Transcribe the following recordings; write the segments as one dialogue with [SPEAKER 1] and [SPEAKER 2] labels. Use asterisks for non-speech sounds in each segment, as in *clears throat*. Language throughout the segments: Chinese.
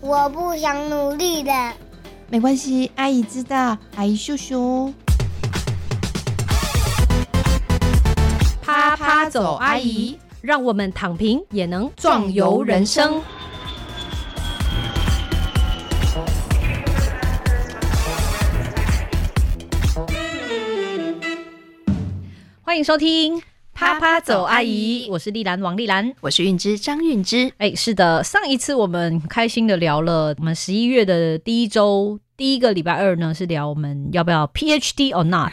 [SPEAKER 1] 我不想努力的。
[SPEAKER 2] 没关系，阿姨知道，阿姨秀哦秀。
[SPEAKER 3] 啪啪走，阿姨，
[SPEAKER 4] 让我们躺平也能
[SPEAKER 3] 壮
[SPEAKER 4] 壮
[SPEAKER 3] 游
[SPEAKER 4] 游
[SPEAKER 3] 人
[SPEAKER 4] 人
[SPEAKER 3] 生
[SPEAKER 4] 生。欢迎收听《啪啪走阿姨》，我是丽兰王丽兰。
[SPEAKER 3] 我是韵之张韵之。
[SPEAKER 4] 哎，是的，上一次我们开心的聊了，我们十一月的第一周第一个礼拜二呢，是聊我们要不要 PhD or
[SPEAKER 3] *laughs*
[SPEAKER 4] not，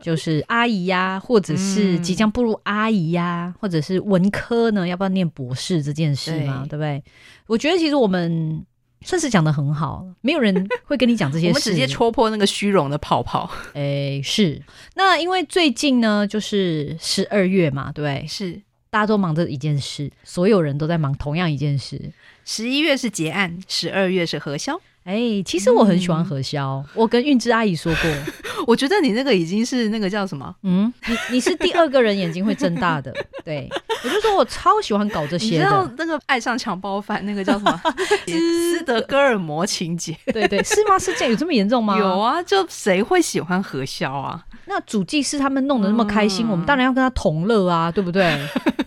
[SPEAKER 4] 就是阿姨呀、或者是
[SPEAKER 3] 嗯
[SPEAKER 4] 即将步入阿姨呀、或者是文科呢，要不要念博士这件事嘛，对
[SPEAKER 3] 对
[SPEAKER 4] 不对？我觉得其实我们算是讲的很好，没有人会跟你讲这些
[SPEAKER 3] *laughs* 我
[SPEAKER 4] 事，
[SPEAKER 3] 们直接戳破那个虚荣的泡泡，
[SPEAKER 4] 哎，是。那因为最近呢，就是十二月嘛，对不对，
[SPEAKER 3] 是
[SPEAKER 4] 大家都忙着一件事，所有人都在忙同样一件事。
[SPEAKER 3] 十一月是结案，十二月是核销。
[SPEAKER 4] 哎、其实我很
[SPEAKER 3] 嗯
[SPEAKER 4] 喜欢核销，我跟韵之阿姨说过，
[SPEAKER 3] *laughs* 我觉得你那个已经是那个叫什么？
[SPEAKER 4] 嗯，你你是第二个人眼睛会睁大
[SPEAKER 3] *laughs*
[SPEAKER 4] 的，对我就说我超喜欢搞这
[SPEAKER 3] 你
[SPEAKER 4] 些
[SPEAKER 3] 知道
[SPEAKER 4] 的，
[SPEAKER 3] 那个爱上强暴犯那个叫什么？ *laughs* 斯德哥尔摩情 *laughs* 节。
[SPEAKER 4] 对对，是吗？是这样有这么严重吗？
[SPEAKER 3] 有啊，就谁会喜欢核销啊？
[SPEAKER 4] 那主祭司他们弄得那么开心，
[SPEAKER 3] 嗯
[SPEAKER 4] 我们当然要跟他同乐啊，对不
[SPEAKER 3] *laughs*
[SPEAKER 4] 对？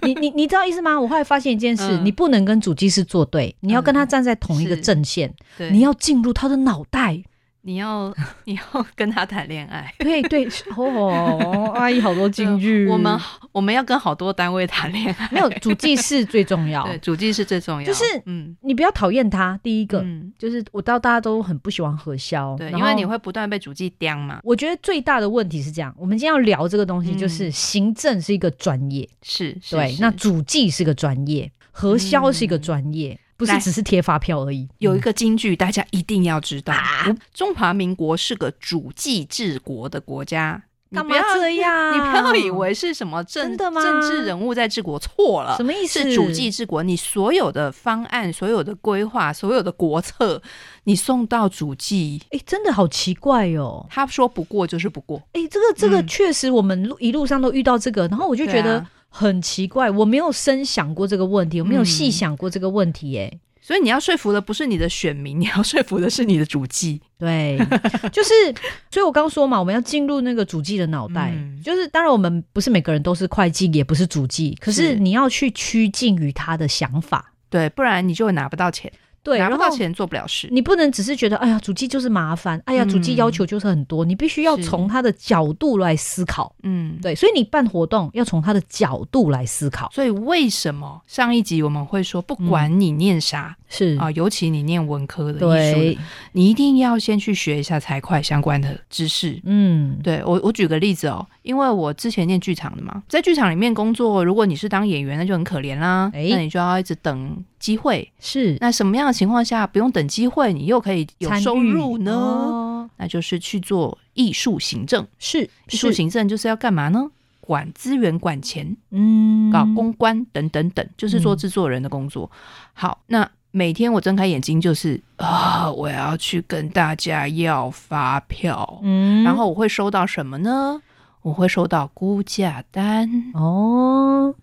[SPEAKER 4] 你你你知道意思吗？我后来发现一件事，
[SPEAKER 3] 嗯
[SPEAKER 4] 你不能跟主祭司作对，你要跟他站在同一个
[SPEAKER 3] 是
[SPEAKER 4] 阵线，
[SPEAKER 3] 对，
[SPEAKER 4] 你要进入他的脑袋。
[SPEAKER 3] 你要 *laughs* 你要跟他谈恋 *laughs* 爱。
[SPEAKER 4] 对对，哦，阿姨好
[SPEAKER 3] *laughs*
[SPEAKER 4] 多金句，
[SPEAKER 3] 啊我们我们要跟好多单位谈恋爱。
[SPEAKER 4] *laughs* 没有主祭司最重要，
[SPEAKER 3] 对，主计是最重要。
[SPEAKER 4] 就是
[SPEAKER 3] 嗯，
[SPEAKER 4] 你不要讨厌他。第一个、
[SPEAKER 3] 嗯，
[SPEAKER 4] 就是我知道大家都很不喜欢核销，
[SPEAKER 3] 对，
[SPEAKER 4] 然
[SPEAKER 3] 因为
[SPEAKER 4] 后
[SPEAKER 3] 你会不断被主计刁嘛。
[SPEAKER 4] 我觉得最大的问题是这样，我们今天要聊这个东西，
[SPEAKER 3] 嗯
[SPEAKER 4] 就是行政是一个专业，
[SPEAKER 3] 是，是
[SPEAKER 4] 对，
[SPEAKER 3] 是
[SPEAKER 4] 那主计是个专业，核销是一个专业，不是
[SPEAKER 3] 嗯来
[SPEAKER 4] 只是贴发票而已。
[SPEAKER 3] 有一
[SPEAKER 4] 嗯啊
[SPEAKER 3] 个金句大家一定要知道：中华民国是个主计治国的国家。你
[SPEAKER 4] 干
[SPEAKER 3] 不
[SPEAKER 4] 嘛
[SPEAKER 3] 要
[SPEAKER 4] 这样？
[SPEAKER 3] 你不要以为是什么政
[SPEAKER 4] 真的吗
[SPEAKER 3] 政治人物在治国，错了
[SPEAKER 4] 什。么意思？
[SPEAKER 3] 是主计治国，你所有的方案、所有的规划、所有的国策，你送到主计，
[SPEAKER 4] 哎、真的好奇怪哦！
[SPEAKER 3] 他说不过就是不过。
[SPEAKER 4] 哎、这个这个
[SPEAKER 3] 嗯
[SPEAKER 4] 确实，我们路一路上都遇到这个，然后我就觉
[SPEAKER 3] 对
[SPEAKER 4] 得
[SPEAKER 3] 啊
[SPEAKER 4] 很奇怪，我没有深想过这个问题，我没有细
[SPEAKER 3] 嗯
[SPEAKER 4] 想过这个问题、诶
[SPEAKER 3] 所以你要说服的不是你的选民，你要说服的是你的主计。
[SPEAKER 4] 对， *laughs* 就是，所以我刚说嘛，我们要进入那个主计的脑袋，
[SPEAKER 3] 嗯
[SPEAKER 4] 就是当然我们不是每个人都是会计，也不是主计，可是
[SPEAKER 3] 是
[SPEAKER 4] 你要去趋近于他的想法，
[SPEAKER 3] 对，不然你就会拿不到钱，
[SPEAKER 4] 对，
[SPEAKER 3] 拿不
[SPEAKER 4] 然
[SPEAKER 3] 到
[SPEAKER 4] 后
[SPEAKER 3] 钱做不了事。
[SPEAKER 4] 你不能只是觉得，哎呀，主计就是麻烦，哎呀，主计要求就是很多，你必须要
[SPEAKER 3] 嗯是
[SPEAKER 4] 从他的角度来思考，
[SPEAKER 3] 嗯，
[SPEAKER 4] 对，所以你办活动要从他的角度来思考，
[SPEAKER 3] 所以为什么上一集我们会说，不管你念啥
[SPEAKER 4] 是
[SPEAKER 3] 啊、尤其你念文科的、艺术
[SPEAKER 4] 嗯对
[SPEAKER 3] 的，，你一定要先去学一下财会相关的知识。
[SPEAKER 4] 嗯，
[SPEAKER 3] 对我，我举个例子哦，因为我之前念剧场的嘛，在剧场里面工作，如果你是当演员，那就很可怜啦，
[SPEAKER 4] 哎
[SPEAKER 3] 那你就要一直等机会。
[SPEAKER 4] 是
[SPEAKER 3] 那什么样的情况下不用等机会，你又可以有
[SPEAKER 4] 参
[SPEAKER 3] 收
[SPEAKER 4] 与
[SPEAKER 3] 入呢？
[SPEAKER 4] 哦
[SPEAKER 3] 那就是去做艺术行政。
[SPEAKER 4] 是
[SPEAKER 3] 艺术
[SPEAKER 4] 是，
[SPEAKER 3] 行政就是要干嘛呢？管资源、管钱、
[SPEAKER 4] 嗯，
[SPEAKER 3] 搞公关等等等，就是做
[SPEAKER 4] 嗯
[SPEAKER 3] 制作人的工作。好，那每天我睁开眼睛就是啊，我要去跟大家要发票，
[SPEAKER 4] 嗯，
[SPEAKER 3] 然后我会收到什么呢？我会收到估价单，
[SPEAKER 4] 哦，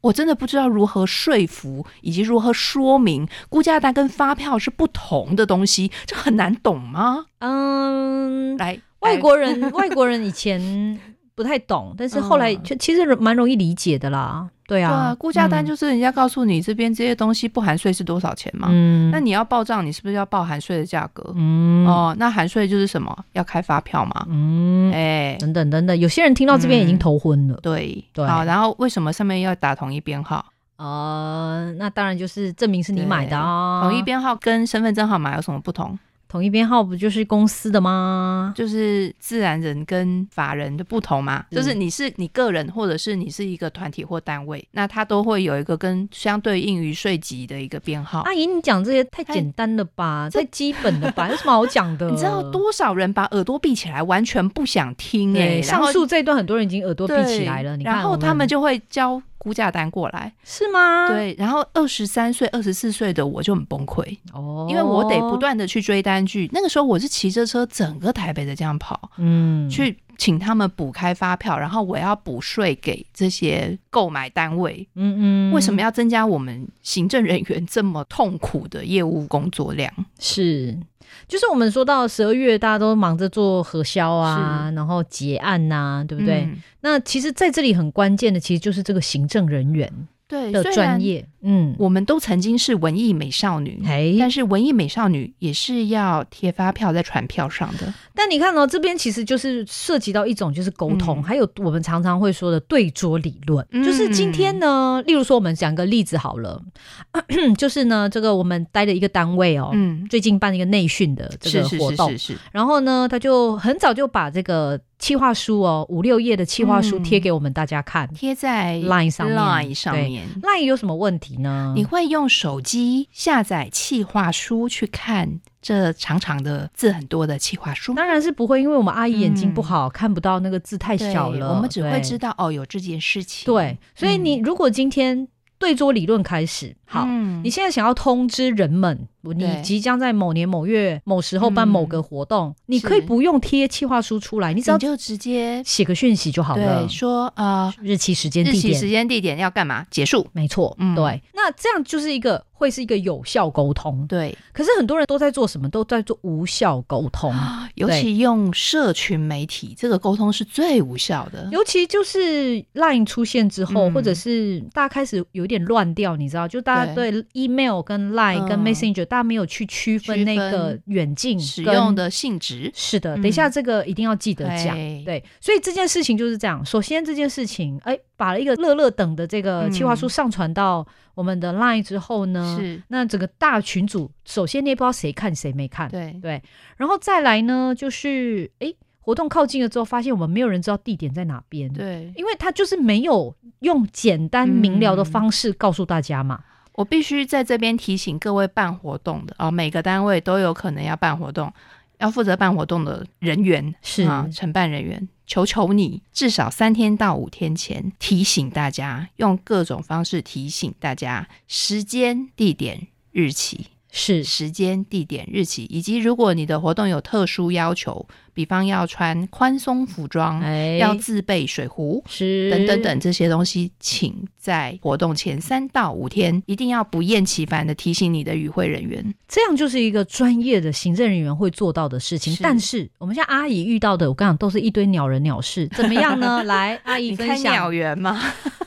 [SPEAKER 3] 我真的不知道如何说服以及如何说明估价单跟发票是不同的东西，这很难懂吗？
[SPEAKER 4] 嗯，
[SPEAKER 3] 来，哎
[SPEAKER 4] 外
[SPEAKER 3] 来
[SPEAKER 4] 国人 *laughs* 外国人以前不太懂，但是后来
[SPEAKER 3] 嗯
[SPEAKER 4] 就其实蛮容易理解的啦。对
[SPEAKER 3] 对啊
[SPEAKER 4] 啊，，
[SPEAKER 3] 估价单
[SPEAKER 4] 嗯
[SPEAKER 3] 就是人家告诉你这边这些东西不含税是多少钱嘛，
[SPEAKER 4] 嗯，
[SPEAKER 3] 那你要报账，你是不是要报含税的价格？
[SPEAKER 4] 嗯哦
[SPEAKER 3] 哦，那含税就是什么？要开发票嘛？
[SPEAKER 4] 嗯
[SPEAKER 3] 哎、嗯
[SPEAKER 4] 等等等等，有些人听到这边已经头昏了。
[SPEAKER 3] 对
[SPEAKER 4] 对
[SPEAKER 3] 好，然后为什么上面要打统一编号？
[SPEAKER 4] 呃，那当然就是证明是你
[SPEAKER 3] 对
[SPEAKER 4] 买的啊。
[SPEAKER 3] 统一编号跟身份证号码有什么不同？
[SPEAKER 4] 统一编号不就是公司的吗？
[SPEAKER 3] 就是自然人跟法人的不同嘛，
[SPEAKER 4] 是
[SPEAKER 3] 就是你是你个人，或者是你是一个团体或单位，那它都会有一个跟相对应于税级的一个编号。
[SPEAKER 4] 阿姨，你讲这些太
[SPEAKER 3] 太
[SPEAKER 4] 简单了吧，太基本了
[SPEAKER 3] *laughs*
[SPEAKER 4] 吧，有什么好讲的？
[SPEAKER 3] 哎你知道多少人把耳朵闭起来，完全不想听哎、
[SPEAKER 4] 对
[SPEAKER 3] 欸，
[SPEAKER 4] 上述这一段很多人已经耳朵闭
[SPEAKER 3] 对
[SPEAKER 4] 起来了，你看
[SPEAKER 3] 然后
[SPEAKER 4] 我
[SPEAKER 3] 他们就会交估价单过来，
[SPEAKER 4] 是吗？，
[SPEAKER 3] 对，然后二十三岁、二十四岁的我就很崩溃，
[SPEAKER 4] 哦，
[SPEAKER 3] 因为我得不断的去追单据。那个时候我是骑着车整个台北的这样跑，
[SPEAKER 4] 嗯
[SPEAKER 3] 去请他们补开发票，然后我要补税给这些购买单位。
[SPEAKER 4] 嗯嗯，
[SPEAKER 3] 为什么要增加我们行政人员这么痛苦的业务工作量。
[SPEAKER 4] 是，就是我们说到十二月，大家都忙着做核销啊，然后结案呐、对不对？
[SPEAKER 3] 嗯
[SPEAKER 4] 那其实在这里很关键的，其实就是这个行政人员
[SPEAKER 3] 对
[SPEAKER 4] 的
[SPEAKER 3] 虽然
[SPEAKER 4] 专业。嗯，
[SPEAKER 3] 我们都曾经是文艺美少女，
[SPEAKER 4] 哎，
[SPEAKER 3] 但是文艺美少女也是要贴发票在船票上的。
[SPEAKER 4] 但你看哦，这边其实就是涉及到一种就是沟通，
[SPEAKER 3] 嗯
[SPEAKER 4] 还有我们常常会说的对桌理论。
[SPEAKER 3] 嗯
[SPEAKER 4] 就是今天呢，例如说我们讲个例子好了， *clears throat* 就是呢，这个我们待的一个单位哦，
[SPEAKER 3] 嗯，
[SPEAKER 4] 最近办一个内训的这
[SPEAKER 3] 是
[SPEAKER 4] 个
[SPEAKER 3] 是
[SPEAKER 4] 活
[SPEAKER 3] 是
[SPEAKER 4] 动，
[SPEAKER 3] 是是，
[SPEAKER 4] 然后呢，他就很早就把这个企划书哦，五六页的企划书
[SPEAKER 3] 嗯
[SPEAKER 4] 贴给我们大家看、
[SPEAKER 3] 贴在
[SPEAKER 4] l i n e 上面
[SPEAKER 3] Line 上面。
[SPEAKER 4] 对，Line 嗯有什么问题呢？
[SPEAKER 3] 你会用手机下载企划书去看这长长的字很多的企划书吗？
[SPEAKER 4] 当然是不会，因为我们阿姨眼睛
[SPEAKER 3] 嗯
[SPEAKER 4] 不好，看不到那个字太小
[SPEAKER 3] 对
[SPEAKER 4] 了，
[SPEAKER 3] 我们只会
[SPEAKER 4] 对
[SPEAKER 3] 知道哦有这件事情。
[SPEAKER 4] 对，所以
[SPEAKER 3] 嗯
[SPEAKER 4] 你如果今天对桌理论开始，好，
[SPEAKER 3] 嗯
[SPEAKER 4] 你现在想要通知人们，你
[SPEAKER 3] 对嗯
[SPEAKER 4] 即将在某年某月某时候办某个活动，你可以
[SPEAKER 3] 是
[SPEAKER 4] 不用贴企划书出来，你只要
[SPEAKER 3] 你就直接
[SPEAKER 4] 写个讯息就好了
[SPEAKER 3] 对，说呃
[SPEAKER 4] 日期、时间、地
[SPEAKER 3] 日期、时
[SPEAKER 4] 点。
[SPEAKER 3] 间、地点要干嘛？结束。
[SPEAKER 4] 没错，
[SPEAKER 3] 嗯
[SPEAKER 4] 对，那这样就是一个会是一个有效沟通，
[SPEAKER 3] 对，
[SPEAKER 4] 可是很多人都在做什么？都在做无效沟通，
[SPEAKER 3] 尤其用社群媒体，这个沟通是最无效的。
[SPEAKER 4] 尤其就是 Line 出现之后，
[SPEAKER 3] 嗯
[SPEAKER 4] 或者是大家开始有点乱掉，你知道，就大家
[SPEAKER 3] 对
[SPEAKER 4] 对 email 跟 Line
[SPEAKER 3] 嗯
[SPEAKER 4] 跟 Messenger，、大家没有去区分
[SPEAKER 3] 区分
[SPEAKER 4] 那个远近
[SPEAKER 3] 使
[SPEAKER 4] 跟
[SPEAKER 3] 用。的性质
[SPEAKER 4] 是的，
[SPEAKER 3] 嗯
[SPEAKER 4] 等一下这个一定要记得讲。
[SPEAKER 3] 对
[SPEAKER 4] 对，所以这件事情就是这样。首先这件事情，哎，把一个乐乐等的这个
[SPEAKER 3] 嗯
[SPEAKER 4] 计划书上传到我们的 Line 之后呢，
[SPEAKER 3] 是，
[SPEAKER 4] 那整个大群组，首先你也不知道谁看谁没看，
[SPEAKER 3] 对
[SPEAKER 4] 对，然后再来呢，就是诶，活动靠近了之后，发现我们没有人知道地点在哪边，，
[SPEAKER 3] 对，
[SPEAKER 4] 因为他就是没有用简单明了的
[SPEAKER 3] 嗯
[SPEAKER 4] 方式告诉大家嘛，
[SPEAKER 3] 我必须在这边提醒各位办活动的啊、每个单位都有可能要办活动，要负责办活动的人员
[SPEAKER 4] 是
[SPEAKER 3] 啊，承办人员，求求你至少三天到五天前提醒大家，用各种方式提醒大家时间、地点、日期。
[SPEAKER 4] 是
[SPEAKER 3] 时间、地点、日期，以及如果你的活动有特殊要求，比方要穿宽松服装，
[SPEAKER 4] 哎
[SPEAKER 3] 要自备水壶。
[SPEAKER 4] 是
[SPEAKER 3] 等等等这些东西，请在活动前三到五天，一定要不厌其烦的提醒你的与会人员。
[SPEAKER 4] 这样就是一个专业的行政人员会做到的事情。
[SPEAKER 3] 是
[SPEAKER 4] 但是我们像阿姨遇到的，我跟你讲，都是一堆鸟人鸟事，怎么样
[SPEAKER 3] *laughs*
[SPEAKER 4] 呢？来，阿姨
[SPEAKER 3] 你
[SPEAKER 4] 分
[SPEAKER 3] 开
[SPEAKER 4] 享
[SPEAKER 3] 鸟。园
[SPEAKER 4] *laughs*
[SPEAKER 3] 吗？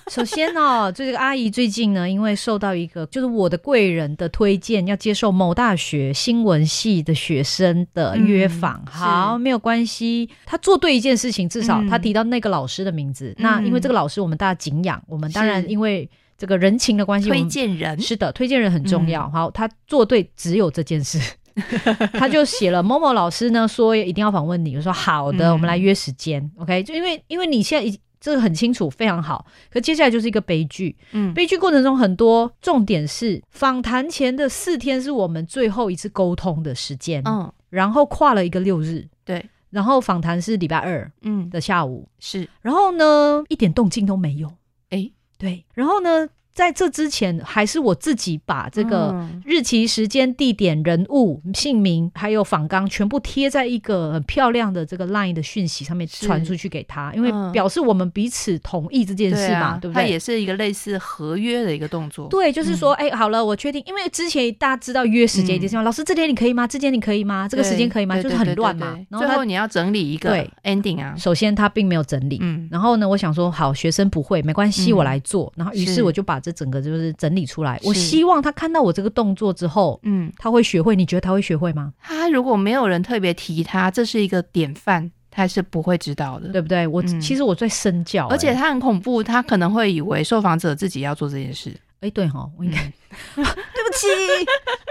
[SPEAKER 4] 首先呢、就这个阿姨最近呢，因为受到一个就是我的贵人的推荐，要接受某大学新闻系的学生的约访。
[SPEAKER 3] 嗯
[SPEAKER 4] 好，
[SPEAKER 3] 是
[SPEAKER 4] 没有关系，她做对一件事情，至少
[SPEAKER 3] 嗯
[SPEAKER 4] 她提到那个老师的名字。那因为这个老师我们大家敬仰，我们当然
[SPEAKER 3] 是
[SPEAKER 4] 因为这个人情的关系，我
[SPEAKER 3] 推
[SPEAKER 4] 们
[SPEAKER 3] 荐人
[SPEAKER 4] 是的，推荐人很
[SPEAKER 3] 嗯
[SPEAKER 4] 重要。好，他做对只有这件事， *laughs* 他就写了某某老师呢说一定要访问你，我说好的，
[SPEAKER 3] 嗯
[SPEAKER 4] 我们来约时间。OK，就因为因为你现在已这个很清楚，非常好。可接下来就是一个悲剧，
[SPEAKER 3] 嗯，
[SPEAKER 4] 悲剧过程中很多重点是访谈前的四天是我们最后一次沟通的时间，
[SPEAKER 3] 嗯，
[SPEAKER 4] 然后跨了一个六日，
[SPEAKER 3] 对，
[SPEAKER 4] 然后访谈是礼拜二
[SPEAKER 3] 嗯，
[SPEAKER 4] 的下午，
[SPEAKER 3] 是，
[SPEAKER 4] 然后呢一点动静都没有。
[SPEAKER 3] 哎，
[SPEAKER 4] 对，然后呢，在这之前，还是我自己把这个
[SPEAKER 3] 嗯
[SPEAKER 4] 日期、时间、地点、人物、姓名，还有访纲全部贴在一个很漂亮的这个 LINE 的讯息上面
[SPEAKER 3] 是
[SPEAKER 4] 传出去给他，因为
[SPEAKER 3] 嗯
[SPEAKER 4] 表示我们彼此同意这件事
[SPEAKER 3] 对
[SPEAKER 4] 嘛，
[SPEAKER 3] 啊，
[SPEAKER 4] 不
[SPEAKER 3] 它
[SPEAKER 4] 对？
[SPEAKER 3] 也是一个类似合约的一个动作。
[SPEAKER 4] 对，就是说，哎、好了，
[SPEAKER 3] 嗯
[SPEAKER 4] 我确定，因为之前大家知道约时间一件事嘛，老师这天你可以吗？这天你可以吗？这
[SPEAKER 3] 对，
[SPEAKER 4] 个时间可以吗？
[SPEAKER 3] 对
[SPEAKER 4] 就是
[SPEAKER 3] 对
[SPEAKER 4] 很
[SPEAKER 3] 对
[SPEAKER 4] 乱
[SPEAKER 3] 对
[SPEAKER 4] 嘛。
[SPEAKER 3] 对
[SPEAKER 4] 然后
[SPEAKER 3] 最后
[SPEAKER 4] 他
[SPEAKER 3] 你要整理一个
[SPEAKER 4] 对
[SPEAKER 3] ending 啊，
[SPEAKER 4] 首先他并没有整理，
[SPEAKER 3] 嗯，
[SPEAKER 4] 然后呢，我想说，好，学生不会，没关系，
[SPEAKER 3] 嗯
[SPEAKER 4] 我来做。然后，于是
[SPEAKER 3] 是
[SPEAKER 4] 我就把这整个就是整理出来。我
[SPEAKER 3] 是
[SPEAKER 4] 希望他看到我这个动作之后，
[SPEAKER 3] 嗯，
[SPEAKER 4] 他会学会。你觉得他会学会吗？
[SPEAKER 3] 他如果没有人特别提他，这是一个典范，他是不会知道的。
[SPEAKER 4] 对不对？我、
[SPEAKER 3] 嗯
[SPEAKER 4] 其实我在身教、
[SPEAKER 3] 而且
[SPEAKER 4] 哎
[SPEAKER 3] 他很恐怖，他可能会以为受访者自己要做这件事。
[SPEAKER 4] 哎，对哈，我应
[SPEAKER 3] *laughs*
[SPEAKER 4] 该、对不起，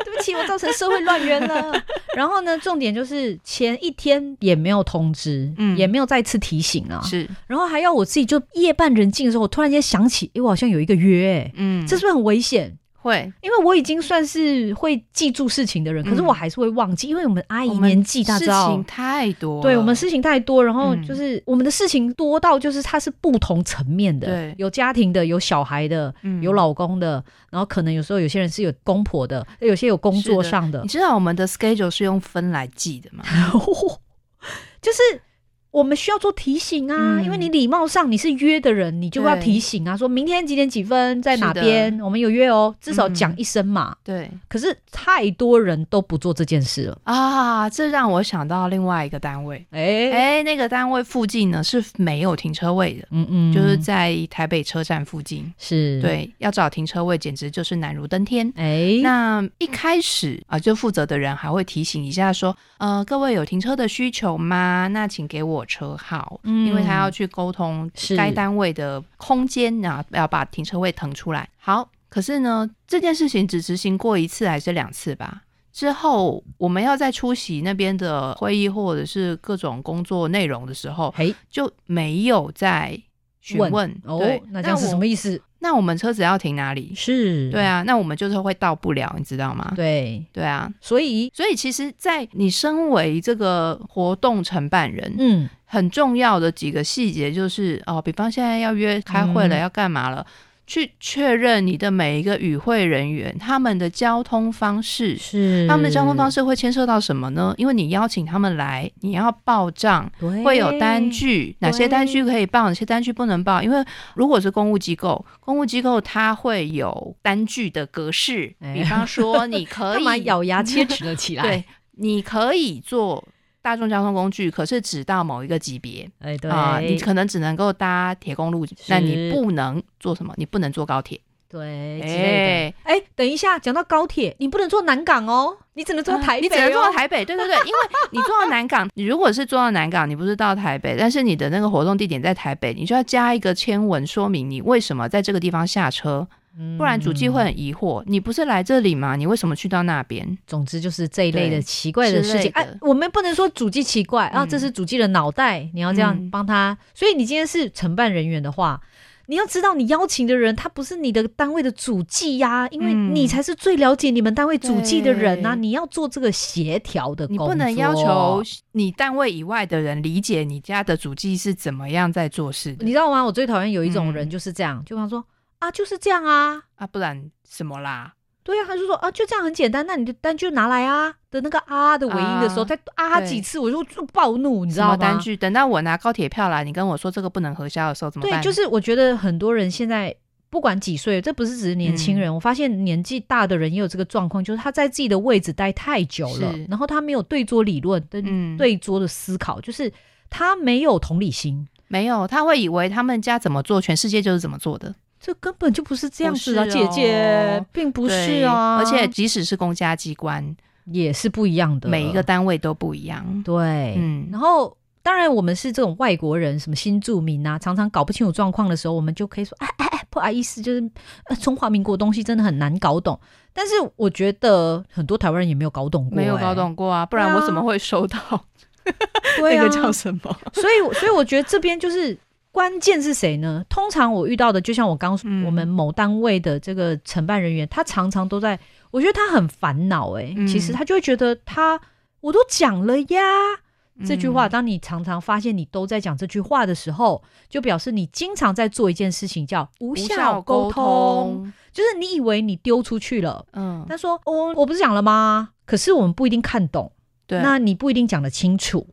[SPEAKER 4] 对不起，我造成社会乱源
[SPEAKER 3] *laughs*
[SPEAKER 4] 了。然后呢，重点就是前一天也没有通知，
[SPEAKER 3] 嗯
[SPEAKER 4] 也没有再次提醒啊。
[SPEAKER 3] 是，
[SPEAKER 4] 然后还要我自己就夜半人静的时候，我突然间想起，哎，我好像有一个约、哎、
[SPEAKER 3] 嗯，
[SPEAKER 4] 这是不是很危险？
[SPEAKER 3] 会
[SPEAKER 4] 因为我已经算是会记住事情的人，可是
[SPEAKER 3] 嗯
[SPEAKER 4] 我还是会忘记，因为我们阿姨
[SPEAKER 3] 我们
[SPEAKER 4] 年纪大，知
[SPEAKER 3] 事
[SPEAKER 4] 道
[SPEAKER 3] 情，太多了，
[SPEAKER 4] 对我们事情太多，然后
[SPEAKER 3] 嗯
[SPEAKER 4] 就是我们的事情多到就是它是不同层面的，
[SPEAKER 3] 对
[SPEAKER 4] 有家庭的，有小孩的，
[SPEAKER 3] 嗯
[SPEAKER 4] 有。老公的，然后可能有时候有些人是有公婆的，有些有工作
[SPEAKER 3] 是的
[SPEAKER 4] 上的 *laughs*
[SPEAKER 3] 你，知道我们的 schedule 是用分来记的吗？
[SPEAKER 4] 就是我们需要做提醒啊，
[SPEAKER 3] 嗯
[SPEAKER 4] 因为你礼貌上你是约的人，你就要
[SPEAKER 3] 对
[SPEAKER 4] 提醒啊，说明天几点几分在哪
[SPEAKER 3] 是的
[SPEAKER 4] 边，我们有约哦，至少
[SPEAKER 3] 嗯
[SPEAKER 4] 讲一声嘛。
[SPEAKER 3] 对
[SPEAKER 4] 可是太多人都不做这件事了，
[SPEAKER 3] 啊，这让我想到另外一个单位，
[SPEAKER 4] 哎、
[SPEAKER 3] 哎、那个单位附近呢是没有停车位的，
[SPEAKER 4] 嗯嗯，
[SPEAKER 3] 就是在台北车站附近。
[SPEAKER 4] 是，，
[SPEAKER 3] 对，要找停车位简直就是难如登天。
[SPEAKER 4] 哎、
[SPEAKER 3] 那一开始啊、就负责的人还会提醒一下说，呃，各位有停车的需求吗？那请给我车号，
[SPEAKER 4] 嗯
[SPEAKER 3] 因为他要去沟通
[SPEAKER 4] 是
[SPEAKER 3] 该单位的空间，然后要把停车位腾出来。好，可是呢，这件事情只执行过一次还是两次吧。之后我们要在出席那边的会议或者是各种工作内容的时候，
[SPEAKER 4] 哎、
[SPEAKER 3] 就没有再询问。
[SPEAKER 4] 哦
[SPEAKER 3] 对，
[SPEAKER 4] 那这样是
[SPEAKER 3] 我
[SPEAKER 4] 什么意思？
[SPEAKER 3] 那我们车子要停哪里？
[SPEAKER 4] 是，
[SPEAKER 3] 对，啊，那我们就是会到不了，你知道吗？
[SPEAKER 4] 嗯对，
[SPEAKER 3] 对啊，
[SPEAKER 4] 所以，
[SPEAKER 3] 所以其实，在你身为这个活动承办人，
[SPEAKER 4] 嗯，
[SPEAKER 3] 很重要的几个细节就是哦，比方现在要约开会了，
[SPEAKER 4] 嗯
[SPEAKER 3] 要干嘛了，去确认你的每一个与会人员他们的交通方式。
[SPEAKER 4] 是
[SPEAKER 3] 他们的交通方，式会牵涉到什么呢？因为你邀请他们来，你要报账，
[SPEAKER 4] 对，
[SPEAKER 3] 会有单，据，哪些单据可以报，哪些单据不能报。因为如果是公务机构，公务机构它会有单据的格式，
[SPEAKER 4] 哎
[SPEAKER 3] 比方
[SPEAKER 4] *laughs*
[SPEAKER 3] 说你可
[SPEAKER 4] 干
[SPEAKER 3] 以
[SPEAKER 4] 嘛咬牙切
[SPEAKER 3] *laughs*
[SPEAKER 4] 齿了起来？
[SPEAKER 3] 对，，你可以坐大众交通工具，可是只到某一个级别
[SPEAKER 4] 哎、对，
[SPEAKER 3] 啊、你可能只能够搭铁公路，那你不能坐什么？你不能坐高铁。
[SPEAKER 4] 对之类的。
[SPEAKER 3] 哎，
[SPEAKER 4] 哎、等一下，讲到高铁，你不能坐南港哦，你只能坐台北、哦
[SPEAKER 3] 啊你只能坐到台北，对对对，因为你坐到南港，你如果是坐到南港，你不是到台北，但是你的那个活动地点在台北，你就要加一个签文说明你为什么在这个地方下车，不然主机会
[SPEAKER 4] 嗯
[SPEAKER 3] 很疑惑，你不是来这里吗？你为什么去到那边？
[SPEAKER 4] 总之就是这一类
[SPEAKER 3] 对
[SPEAKER 4] 的奇怪的事
[SPEAKER 3] 之
[SPEAKER 4] 情
[SPEAKER 3] 类。的
[SPEAKER 4] 哎、我们不能说主机奇怪、啊，
[SPEAKER 3] 嗯
[SPEAKER 4] 这是主机的脑袋，你要这样
[SPEAKER 3] 嗯
[SPEAKER 4] 帮他。所以你今天是承办人员的话。你要知道，你邀请的人他不是你的单位的主计呀、因为
[SPEAKER 3] 嗯
[SPEAKER 4] 你才是最了解你们单位主计的人呐、
[SPEAKER 3] 对
[SPEAKER 4] 你要做这个协调的工
[SPEAKER 3] 你
[SPEAKER 4] 作，
[SPEAKER 3] 不能要求你单位以外的人理解你家的主机是怎么样在做事
[SPEAKER 4] 你
[SPEAKER 3] 的
[SPEAKER 4] 知道吗？我最讨厌有一种
[SPEAKER 3] 嗯
[SPEAKER 4] 人就是这样，就方说啊，就是这样啊，
[SPEAKER 3] 啊，不然什么啦？
[SPEAKER 4] 对啊，他就说啊，就这样很简单，那你的单就拿来啊的那个啊的尾音的时候，
[SPEAKER 3] 啊
[SPEAKER 4] 再啊
[SPEAKER 3] 对
[SPEAKER 4] 几次，我就就暴怒，你知
[SPEAKER 3] 什
[SPEAKER 4] 道
[SPEAKER 3] 么
[SPEAKER 4] 吗？
[SPEAKER 3] 单据？等到我拿高铁票来，你跟我说这个不能核销的时候怎么
[SPEAKER 4] 对，
[SPEAKER 3] 办？
[SPEAKER 4] 就是我觉得很多人现在不管几岁，这不是只是年
[SPEAKER 3] 嗯
[SPEAKER 4] 轻人，我发现年纪大的人也有这个状况，就是他在自己的位置待太久了
[SPEAKER 3] 是，
[SPEAKER 4] 然后他没有对桌理论跟
[SPEAKER 3] 嗯，
[SPEAKER 4] 对桌的思考，就是他没有同理心。
[SPEAKER 3] 没有，他会以为他们家怎么做，全世界就是怎么做的，
[SPEAKER 4] 这根本就不是这样子啊，
[SPEAKER 3] 不是
[SPEAKER 4] 姐
[SPEAKER 3] 哦
[SPEAKER 4] 姐，并不是啊，
[SPEAKER 3] 对而且即使是公家机关，
[SPEAKER 4] 也是不一样的，
[SPEAKER 3] 每一个单位都不一样。
[SPEAKER 4] 对，
[SPEAKER 3] 嗯
[SPEAKER 4] 然后当然我们是这种外国人，什么新住民啊，常常搞不清楚状况的时候，我们就可以说，哎哎哎，不好意思，就是、呃、中华民国东西真的很难搞懂。但是我觉得很多台湾人也没有搞懂过、
[SPEAKER 3] 没有
[SPEAKER 4] 哎
[SPEAKER 3] 搞，懂过啊，不
[SPEAKER 4] 对
[SPEAKER 3] 然
[SPEAKER 4] 啊
[SPEAKER 3] 我怎么会收
[SPEAKER 4] *laughs*
[SPEAKER 3] 到
[SPEAKER 4] 对啊、
[SPEAKER 3] 那个叫什么？
[SPEAKER 4] 所以我所以我觉得这边就是。关键是谁呢？通常我遇到的，就像我刚说，
[SPEAKER 3] 嗯
[SPEAKER 4] 我们某单位的这个承办人员，他常常都在，我觉得他很烦恼哎、
[SPEAKER 3] 嗯
[SPEAKER 4] 其实他就会觉得他我都讲了呀， *laughs* 这句话，
[SPEAKER 3] 嗯
[SPEAKER 4] 当你常常发现你都在讲这句话的时候，就表示你经常在做一件事情，叫无
[SPEAKER 3] 无
[SPEAKER 4] 效
[SPEAKER 3] 效
[SPEAKER 4] 沟
[SPEAKER 3] 沟
[SPEAKER 4] 通。
[SPEAKER 3] 通，
[SPEAKER 4] 就是你以为你丢出去了，
[SPEAKER 3] 嗯，
[SPEAKER 4] 他说：“哦，我不是讲了吗？”可是我们不一定看懂，
[SPEAKER 3] 对，
[SPEAKER 4] 那你不一定讲得清楚。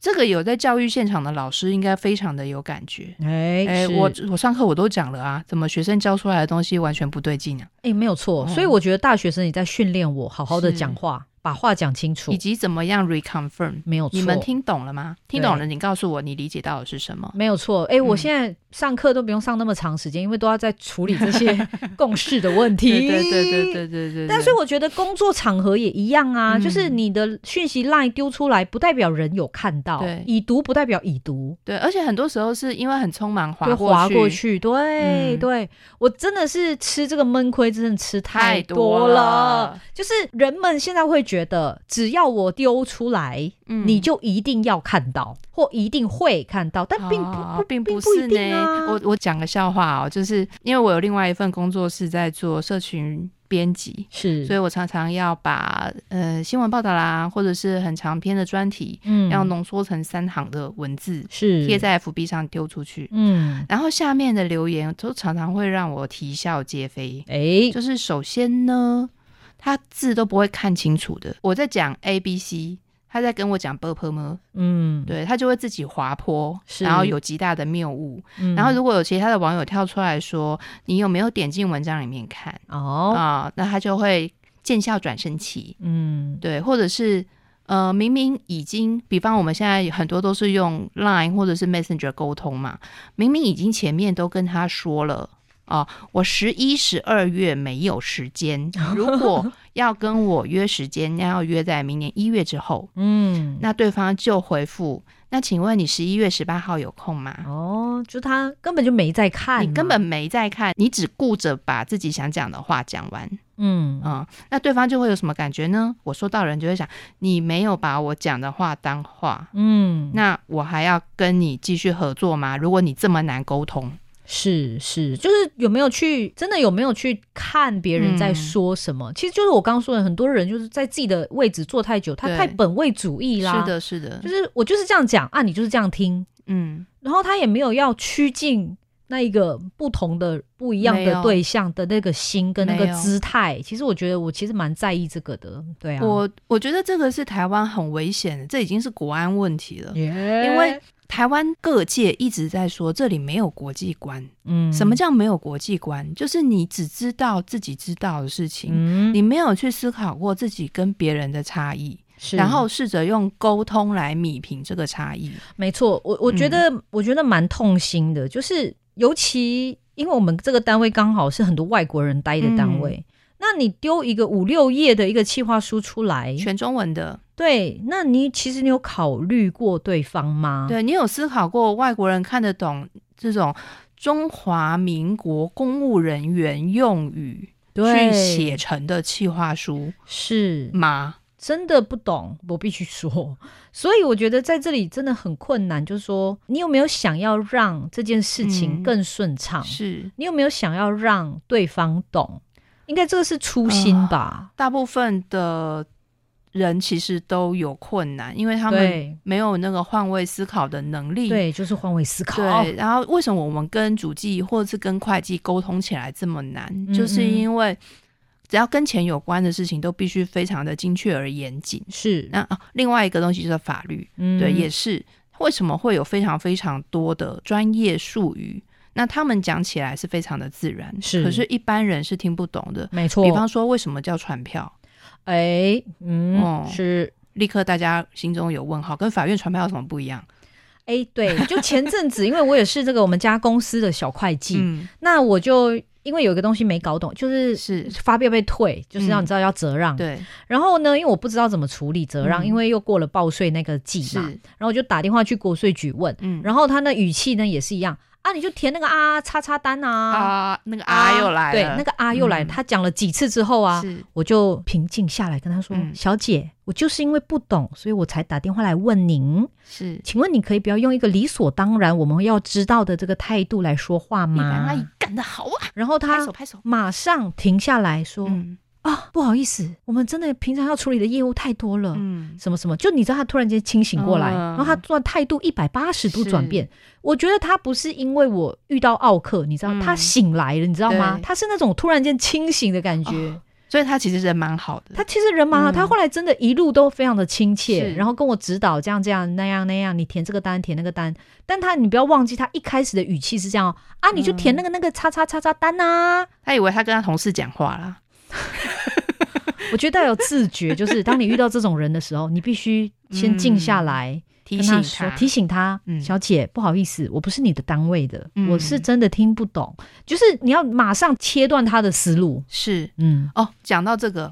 [SPEAKER 3] 这个有在教育现场的老师应该非常的有感觉。
[SPEAKER 4] 哎
[SPEAKER 3] 哎、
[SPEAKER 4] 是
[SPEAKER 3] 我我上课我都讲了啊，怎么学生教出来的东西完全不对劲啊？
[SPEAKER 4] 哎没有错，
[SPEAKER 3] 嗯
[SPEAKER 4] 所以我觉得大学生也在训练我好好的
[SPEAKER 3] 是
[SPEAKER 4] 讲话，把话讲清楚
[SPEAKER 3] 以，及怎么样 reconfirm？
[SPEAKER 4] 没有错。
[SPEAKER 3] 你们听懂了吗？听懂了，你告诉我你理解到的是什么？
[SPEAKER 4] 没有错，哎、我
[SPEAKER 3] 嗯
[SPEAKER 4] 现在上课都不用上那么长时间，因为都要在处理这
[SPEAKER 3] *laughs*
[SPEAKER 4] 些共识的问题。
[SPEAKER 3] 对对对对对对对。
[SPEAKER 4] 但
[SPEAKER 3] 对
[SPEAKER 4] 所以我觉得工作场合也一样啊，
[SPEAKER 3] 嗯
[SPEAKER 4] 就是你的讯息 line 丢出来，不代表人有看到
[SPEAKER 3] 对，
[SPEAKER 4] 已读不代表已读，
[SPEAKER 3] 对，而且很多时候是因为很匆忙划
[SPEAKER 4] 对，
[SPEAKER 3] 过
[SPEAKER 4] 划
[SPEAKER 3] 去，
[SPEAKER 4] 过去，对、
[SPEAKER 3] 嗯
[SPEAKER 4] 对，我真的是吃这个闷亏，真的吃
[SPEAKER 3] 太
[SPEAKER 4] 多
[SPEAKER 3] 多
[SPEAKER 4] 了。，就是人们现在会觉得，只要我丢出来，
[SPEAKER 3] 嗯
[SPEAKER 4] 你就一定要看到，或一定会看到，但并不、
[SPEAKER 3] 啊
[SPEAKER 4] 不
[SPEAKER 3] 并
[SPEAKER 4] 不
[SPEAKER 3] 是
[SPEAKER 4] 一
[SPEAKER 3] 呢。
[SPEAKER 4] 定啊
[SPEAKER 3] 我我讲个笑话哦，就是因为我有另外一份工作是在做社群编辑，
[SPEAKER 4] 是，
[SPEAKER 3] 所以我常常要把呃新闻报道啦，或者是很长篇的专题，
[SPEAKER 4] 嗯
[SPEAKER 3] 要浓缩成三行的文字，
[SPEAKER 4] 是
[SPEAKER 3] 贴，在 FB 上丢出去。
[SPEAKER 4] 嗯，
[SPEAKER 3] 然后下面的留言都常常会让我啼笑皆非。
[SPEAKER 4] 哎、
[SPEAKER 3] 就是首先呢，他字都不会看清楚的。我在讲 A B C，他在跟我讲 b u r p 吗？
[SPEAKER 4] 嗯，
[SPEAKER 3] 对他就会自己滑坡，
[SPEAKER 4] 是
[SPEAKER 3] 然后有极大的谬误。
[SPEAKER 4] 嗯，
[SPEAKER 3] 然后如果有其他的网友跳出来说你有没有点进文章里面看啊、
[SPEAKER 4] 哦，
[SPEAKER 3] 那他就会见笑转生气，
[SPEAKER 4] 嗯，
[SPEAKER 3] 对，或者是呃明明已经，比方我们现在很多都是用 Line 或者是 Messenger 沟通嘛，明明已经前面都跟他说了。哦，我十一、十二月没有时间。如果要跟我约时间，那要约在明年一月之后。
[SPEAKER 4] 嗯，
[SPEAKER 3] 那对方就回复：“那请问你十一月十八号有空吗？”
[SPEAKER 4] 哦，就他根本就没在看，
[SPEAKER 3] 你根本，没在看，你只顾着把自己想讲的话讲完
[SPEAKER 4] 嗯，
[SPEAKER 3] 啊、嗯那对方就会有什么感觉呢？我说到人就会想，你没有把我讲的话当话，
[SPEAKER 4] 嗯，
[SPEAKER 3] 那我还要跟你继续合作吗？如果你这么难沟通，
[SPEAKER 4] 是是，就是有没有去真的有没有去看别人在
[SPEAKER 3] 嗯
[SPEAKER 4] 说什么？其实就是我刚说的，很多人就是在自己的位置坐太久，他
[SPEAKER 3] 对
[SPEAKER 4] 太本位主义啦。
[SPEAKER 3] 是，的，是的，
[SPEAKER 4] 就是我就是这样讲啊，你就是这样听，
[SPEAKER 3] 嗯，
[SPEAKER 4] 然后他也没有要趋近那一个不同的、不一样
[SPEAKER 3] 没
[SPEAKER 4] 的
[SPEAKER 3] 有
[SPEAKER 4] 对象的那个心跟那个
[SPEAKER 3] 没有
[SPEAKER 4] 姿态。其实我觉得我其实蛮在意这个的，对啊，
[SPEAKER 3] 我我觉得这个是台湾很危险的，这已经是国安问题了。
[SPEAKER 4] 因
[SPEAKER 3] 因为台湾各界一直在说这里没有国际观，
[SPEAKER 4] 嗯
[SPEAKER 3] 什么叫没有国际观？就是你只知道自己知道的事情，
[SPEAKER 4] 嗯
[SPEAKER 3] 你没有去思考过自己跟别人的差异，
[SPEAKER 4] 是
[SPEAKER 3] 然后试着用沟通来弭平这个差异。
[SPEAKER 4] 没错，我我觉
[SPEAKER 3] 嗯
[SPEAKER 4] 得、我觉得蛮痛心的，就是尤其因为我们这个单位刚好是很多外国人待的单位，
[SPEAKER 3] 嗯
[SPEAKER 4] 那你丢一个五六页的一个企划书出来，
[SPEAKER 3] 全中文的，
[SPEAKER 4] 对，那你其实你有考虑过对方吗？，
[SPEAKER 3] 对你有思考过外国人看得懂这种中华民国公务人员用语去
[SPEAKER 4] 对
[SPEAKER 3] 写嗯成的企划书
[SPEAKER 4] 是
[SPEAKER 3] 吗？
[SPEAKER 4] 真的不懂，我必须说， *laughs* 所以我觉得在这里真的很困难，就是说你有没有想要让这件事情
[SPEAKER 3] 嗯
[SPEAKER 4] 更顺畅？
[SPEAKER 3] 是，
[SPEAKER 4] 你有没有想要让对方懂？应该这个是初心
[SPEAKER 3] 啊
[SPEAKER 4] 吧？
[SPEAKER 3] 大部分的人其实都有困难，因为他们
[SPEAKER 4] 对
[SPEAKER 3] 没有那个换位思考的能力。
[SPEAKER 4] 对，就是换位思考。
[SPEAKER 3] 对，然后为什么我们跟主计或者是跟会计沟通起来这么难？
[SPEAKER 4] 嗯
[SPEAKER 3] 就是因为只要跟钱有关的事情，都必须非常的精确而严谨。
[SPEAKER 4] 是，
[SPEAKER 3] 那、啊、另外一个东西就是法律，
[SPEAKER 4] 嗯
[SPEAKER 3] 对，也是为什么会有非常非常多的专业术语。那他们讲起来是非常的自然，
[SPEAKER 4] 是
[SPEAKER 3] 可是一般人是听不懂的。
[SPEAKER 4] 没错。
[SPEAKER 3] 比方，说，为什么叫传票？
[SPEAKER 4] 哎，嗯，
[SPEAKER 3] 哦
[SPEAKER 4] 是，
[SPEAKER 3] 立刻大家心中有问号，跟法院传票有什么不一样？
[SPEAKER 4] 哎，对，就前阵子，因为我也是这个我们家公司的小会计，
[SPEAKER 3] 嗯，
[SPEAKER 4] 那我就因为有一个东西没搞懂，就是
[SPEAKER 3] 是
[SPEAKER 4] 发票被退，就是让
[SPEAKER 3] 嗯
[SPEAKER 4] 你知道要折让。
[SPEAKER 3] 对，
[SPEAKER 4] 然后呢，因为我不知道怎么处理折让，
[SPEAKER 3] 嗯
[SPEAKER 4] 因为又过了报税那个季
[SPEAKER 3] 是
[SPEAKER 4] 嘛，，然后我就打电话去国税局问，
[SPEAKER 3] 嗯，
[SPEAKER 4] 然后他那语气呢也是一样啊，你就填那个啊叉叉单啊。
[SPEAKER 3] 啊，那个啊又来了，
[SPEAKER 4] 对，那个啊又来了，
[SPEAKER 3] 嗯
[SPEAKER 4] 他讲了几次之后啊，
[SPEAKER 3] 是
[SPEAKER 4] 我就平静下来，跟他说：“
[SPEAKER 3] 嗯
[SPEAKER 4] 小姐，我就是因为不懂，所以我才打电话来问您。
[SPEAKER 3] 是，
[SPEAKER 4] 请问你可以不要用一个理所当然我们要知道的这个态度来说话
[SPEAKER 3] 你阿
[SPEAKER 4] 吗
[SPEAKER 3] 姨干得好啊，？”
[SPEAKER 4] 然后
[SPEAKER 3] 拍
[SPEAKER 4] 他
[SPEAKER 3] 手拍手，
[SPEAKER 4] 马上停下来说：“
[SPEAKER 3] 嗯
[SPEAKER 4] 啊，不好意思，我们真的平常要处理的业务太多了。
[SPEAKER 3] 嗯，
[SPEAKER 4] 什么什么，就你知道他突然间清醒过来，
[SPEAKER 3] 嗯
[SPEAKER 4] 然后他突然态度一百八十度转变。我觉得他不是因为我遇到奥克，你知道、
[SPEAKER 3] 嗯
[SPEAKER 4] 他醒来了，你知道吗？
[SPEAKER 3] 对
[SPEAKER 4] 他是那种突然间清醒的感觉。
[SPEAKER 3] 哦所以他其实人蛮好的，
[SPEAKER 4] 他其实人蛮好，
[SPEAKER 3] 嗯
[SPEAKER 4] 他后来真的一路都非常的亲切，
[SPEAKER 3] 是
[SPEAKER 4] 然后跟我指导这样这样那样那样，你填这个单填那个单，但他你不要忘记，他一开始的语气是这样哦啊，
[SPEAKER 3] 嗯
[SPEAKER 4] 你就填那个那个叉叉叉叉单啊。
[SPEAKER 3] 他以为他跟他同事讲话啦，
[SPEAKER 4] 我觉得要有自
[SPEAKER 3] *laughs*
[SPEAKER 4] 觉，就是当你遇到这种人的时候，你必须先静下来，
[SPEAKER 3] 嗯提
[SPEAKER 4] 跟
[SPEAKER 3] 醒
[SPEAKER 4] 他说
[SPEAKER 3] 他，
[SPEAKER 4] 提醒他，
[SPEAKER 3] 嗯
[SPEAKER 4] 小姐不好意思，我不是你的单位的，
[SPEAKER 3] 嗯
[SPEAKER 4] 我是真的听不懂，就是你要马上切断他的思路。
[SPEAKER 3] 是
[SPEAKER 4] 嗯，
[SPEAKER 3] 哦，讲到这个。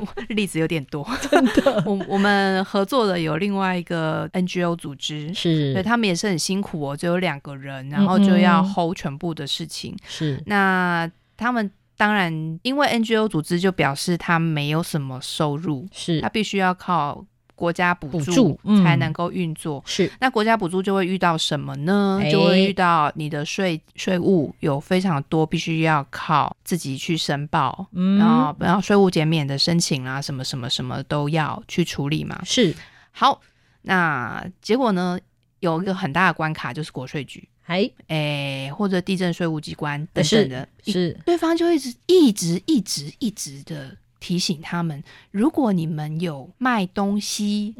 [SPEAKER 3] 我例子有点多，
[SPEAKER 4] 真的
[SPEAKER 3] 我我们合作的有另外一个 NGO 组织，对
[SPEAKER 4] 是
[SPEAKER 3] 他们也是很辛苦哦，只有两个人，然后就要
[SPEAKER 4] 嗯嗯
[SPEAKER 3] hold 全部的事情。
[SPEAKER 4] 是，
[SPEAKER 3] 那他们当然，因为 NGO 组织就表示他没有什么收入，
[SPEAKER 4] 是
[SPEAKER 3] 他必须要靠国家补
[SPEAKER 4] 补助嗯
[SPEAKER 3] 才能够运作。
[SPEAKER 4] 是
[SPEAKER 3] 那国家补助就会遇到什么呢？
[SPEAKER 4] 哎
[SPEAKER 3] 就会遇到你的税税务有非常多必须要靠自己去申报，
[SPEAKER 4] 嗯
[SPEAKER 3] 然后然后税务减免的申请啦、什么什么什么都要去处理嘛。
[SPEAKER 4] 是，
[SPEAKER 3] 好，那结果呢，有一个很大的关卡就是国税局，
[SPEAKER 4] 还
[SPEAKER 3] 哎，或者地震税务机关等等的，
[SPEAKER 4] 是
[SPEAKER 3] 对方就一直一直一直一直的提醒他们，如果你们有卖东西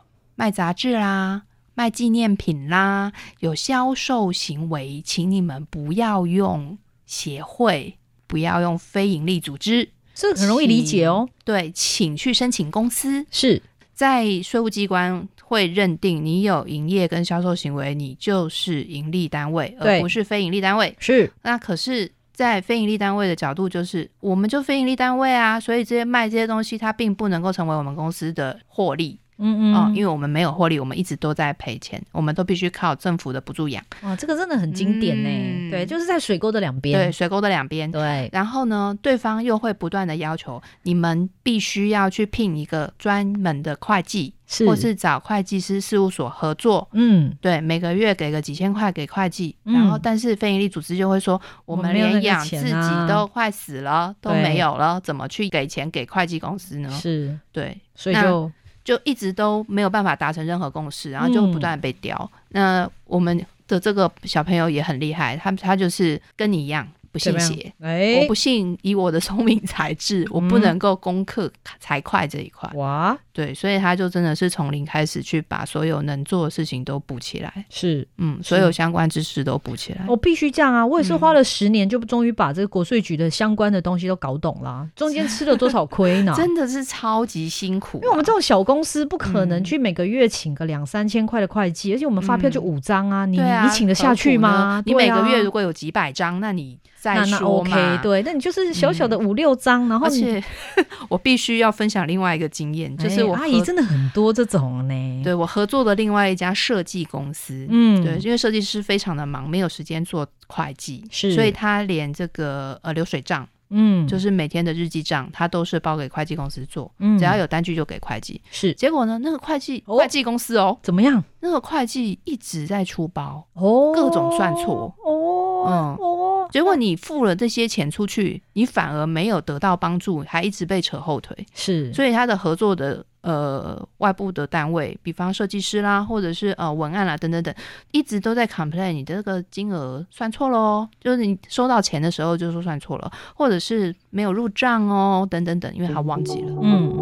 [SPEAKER 4] 嗯
[SPEAKER 3] 卖杂志啦、卖纪念品啦，有销售行为，请你们不要用协会，不要用非营利组织，
[SPEAKER 4] 这很容易理解哦。
[SPEAKER 3] 对，请去申请公司，
[SPEAKER 4] 是，
[SPEAKER 3] 在税务机关会认定你有营业跟销售行为，你就是盈利单位，而
[SPEAKER 4] 对
[SPEAKER 3] 不是非盈利单位。
[SPEAKER 4] 是，
[SPEAKER 3] 那可是，在非盈利单位的角度，就是我们就非盈利单位啊，所以这些卖这些东西，它并不能够成为我们公司的获利
[SPEAKER 4] 嗯
[SPEAKER 3] 啊、
[SPEAKER 4] 嗯，
[SPEAKER 3] 因为我们没有获利，我们一直都在赔钱，我们都必须靠政府的补助养，
[SPEAKER 4] 哇，这个真的很经典呢、
[SPEAKER 3] 嗯
[SPEAKER 4] 对，就是在水沟的两
[SPEAKER 3] 对
[SPEAKER 4] 边。
[SPEAKER 3] 水沟的两边。
[SPEAKER 4] 对，
[SPEAKER 3] 然后呢，对方又会不断的要求你们必须要去聘一个专门的会计，
[SPEAKER 4] 是，
[SPEAKER 3] 或是找会计师事务所合作。
[SPEAKER 4] 嗯，
[SPEAKER 3] 对，每个月给个几千块给会计，
[SPEAKER 4] 嗯
[SPEAKER 3] 然后但是非营利组织就会说，我
[SPEAKER 4] 我
[SPEAKER 3] 们
[SPEAKER 4] 没有那
[SPEAKER 3] 连
[SPEAKER 4] 个
[SPEAKER 3] 养自
[SPEAKER 4] 钱
[SPEAKER 3] 己
[SPEAKER 4] 啊
[SPEAKER 3] 都快死了，都
[SPEAKER 4] 对
[SPEAKER 3] 没有了，怎么去给钱给会计公司
[SPEAKER 4] 哦
[SPEAKER 3] 呢？
[SPEAKER 4] 是，
[SPEAKER 3] 对，
[SPEAKER 4] 所以
[SPEAKER 3] 那
[SPEAKER 4] 就
[SPEAKER 3] 就一直都没有办法达成任何共识，然后就不断地被
[SPEAKER 4] 嗯
[SPEAKER 3] 刁。那我们的这个小朋友也很厉害，他他就是跟你一样不
[SPEAKER 4] 怎
[SPEAKER 3] 信
[SPEAKER 4] 么样
[SPEAKER 3] 邪。
[SPEAKER 4] 哎
[SPEAKER 3] 我不，信，以我的聪明才智，我不
[SPEAKER 4] 嗯
[SPEAKER 3] 能够攻克财会这一块。
[SPEAKER 4] 哇，
[SPEAKER 3] 对，所以他就真的是从零开始去把所有能做的事情都补起来，
[SPEAKER 4] 是
[SPEAKER 3] 嗯，所有相关知识都补起来。
[SPEAKER 4] 我必须这样啊！我也是
[SPEAKER 3] 嗯
[SPEAKER 4] 花了十年，就终于把这个国税局的相关的东西都搞懂啦。中间吃了多少亏呢？
[SPEAKER 3] *laughs* 真的是超级辛苦
[SPEAKER 4] 因
[SPEAKER 3] 啊、
[SPEAKER 4] 为我们这种小公司不可能
[SPEAKER 3] 嗯
[SPEAKER 4] 去每个月请个两三千块的会计，而且我们发票就
[SPEAKER 3] 嗯
[SPEAKER 4] 五张啊，你
[SPEAKER 3] 对啊
[SPEAKER 4] 你请得下去吗？
[SPEAKER 3] 何苦呢你每个
[SPEAKER 4] 对啊
[SPEAKER 3] 月如果有几百张，那你再
[SPEAKER 4] 那那
[SPEAKER 3] 说
[SPEAKER 4] OK，
[SPEAKER 3] 嘛。嗯
[SPEAKER 4] 对，那你就是小小的五六张，然后
[SPEAKER 3] 而
[SPEAKER 4] 你
[SPEAKER 3] 且 *laughs* 我必须要分享另外一个经验，就是
[SPEAKER 4] 哎
[SPEAKER 3] 我
[SPEAKER 4] 阿姨
[SPEAKER 3] 合
[SPEAKER 4] 真的很多这种呢。，
[SPEAKER 3] 对我合作的另外一家设计公司，
[SPEAKER 4] 嗯，
[SPEAKER 3] 对，，因为设计师非常的忙，没有时间做会计，
[SPEAKER 4] 是
[SPEAKER 3] 所以他连这个呃流水账，
[SPEAKER 4] 嗯，
[SPEAKER 3] 就是每天的日记账，他都是包给会计公司做，
[SPEAKER 4] 嗯
[SPEAKER 3] 只要有单据就给会计。
[SPEAKER 4] 是
[SPEAKER 3] 结果呢，那个会计
[SPEAKER 4] 哦
[SPEAKER 3] 会计公司哦，
[SPEAKER 4] 怎么样？
[SPEAKER 3] 那个会计一直在出包，
[SPEAKER 4] 哦，
[SPEAKER 3] 各种算错
[SPEAKER 4] 哦，
[SPEAKER 3] 嗯
[SPEAKER 4] 哦，
[SPEAKER 3] 结果你付了这些钱出去，你反而没有得到帮助，还一直被扯后腿。
[SPEAKER 4] 是，
[SPEAKER 3] 所以他的合作的呃外部的单位，比方设计师啦，或者是呃文案啦等等等，一直都在 complain 你的这个金额算错了哦，就是你收到钱的时候就说算错了，或者是没有入账哦等等等，因为他忘记了，
[SPEAKER 4] 嗯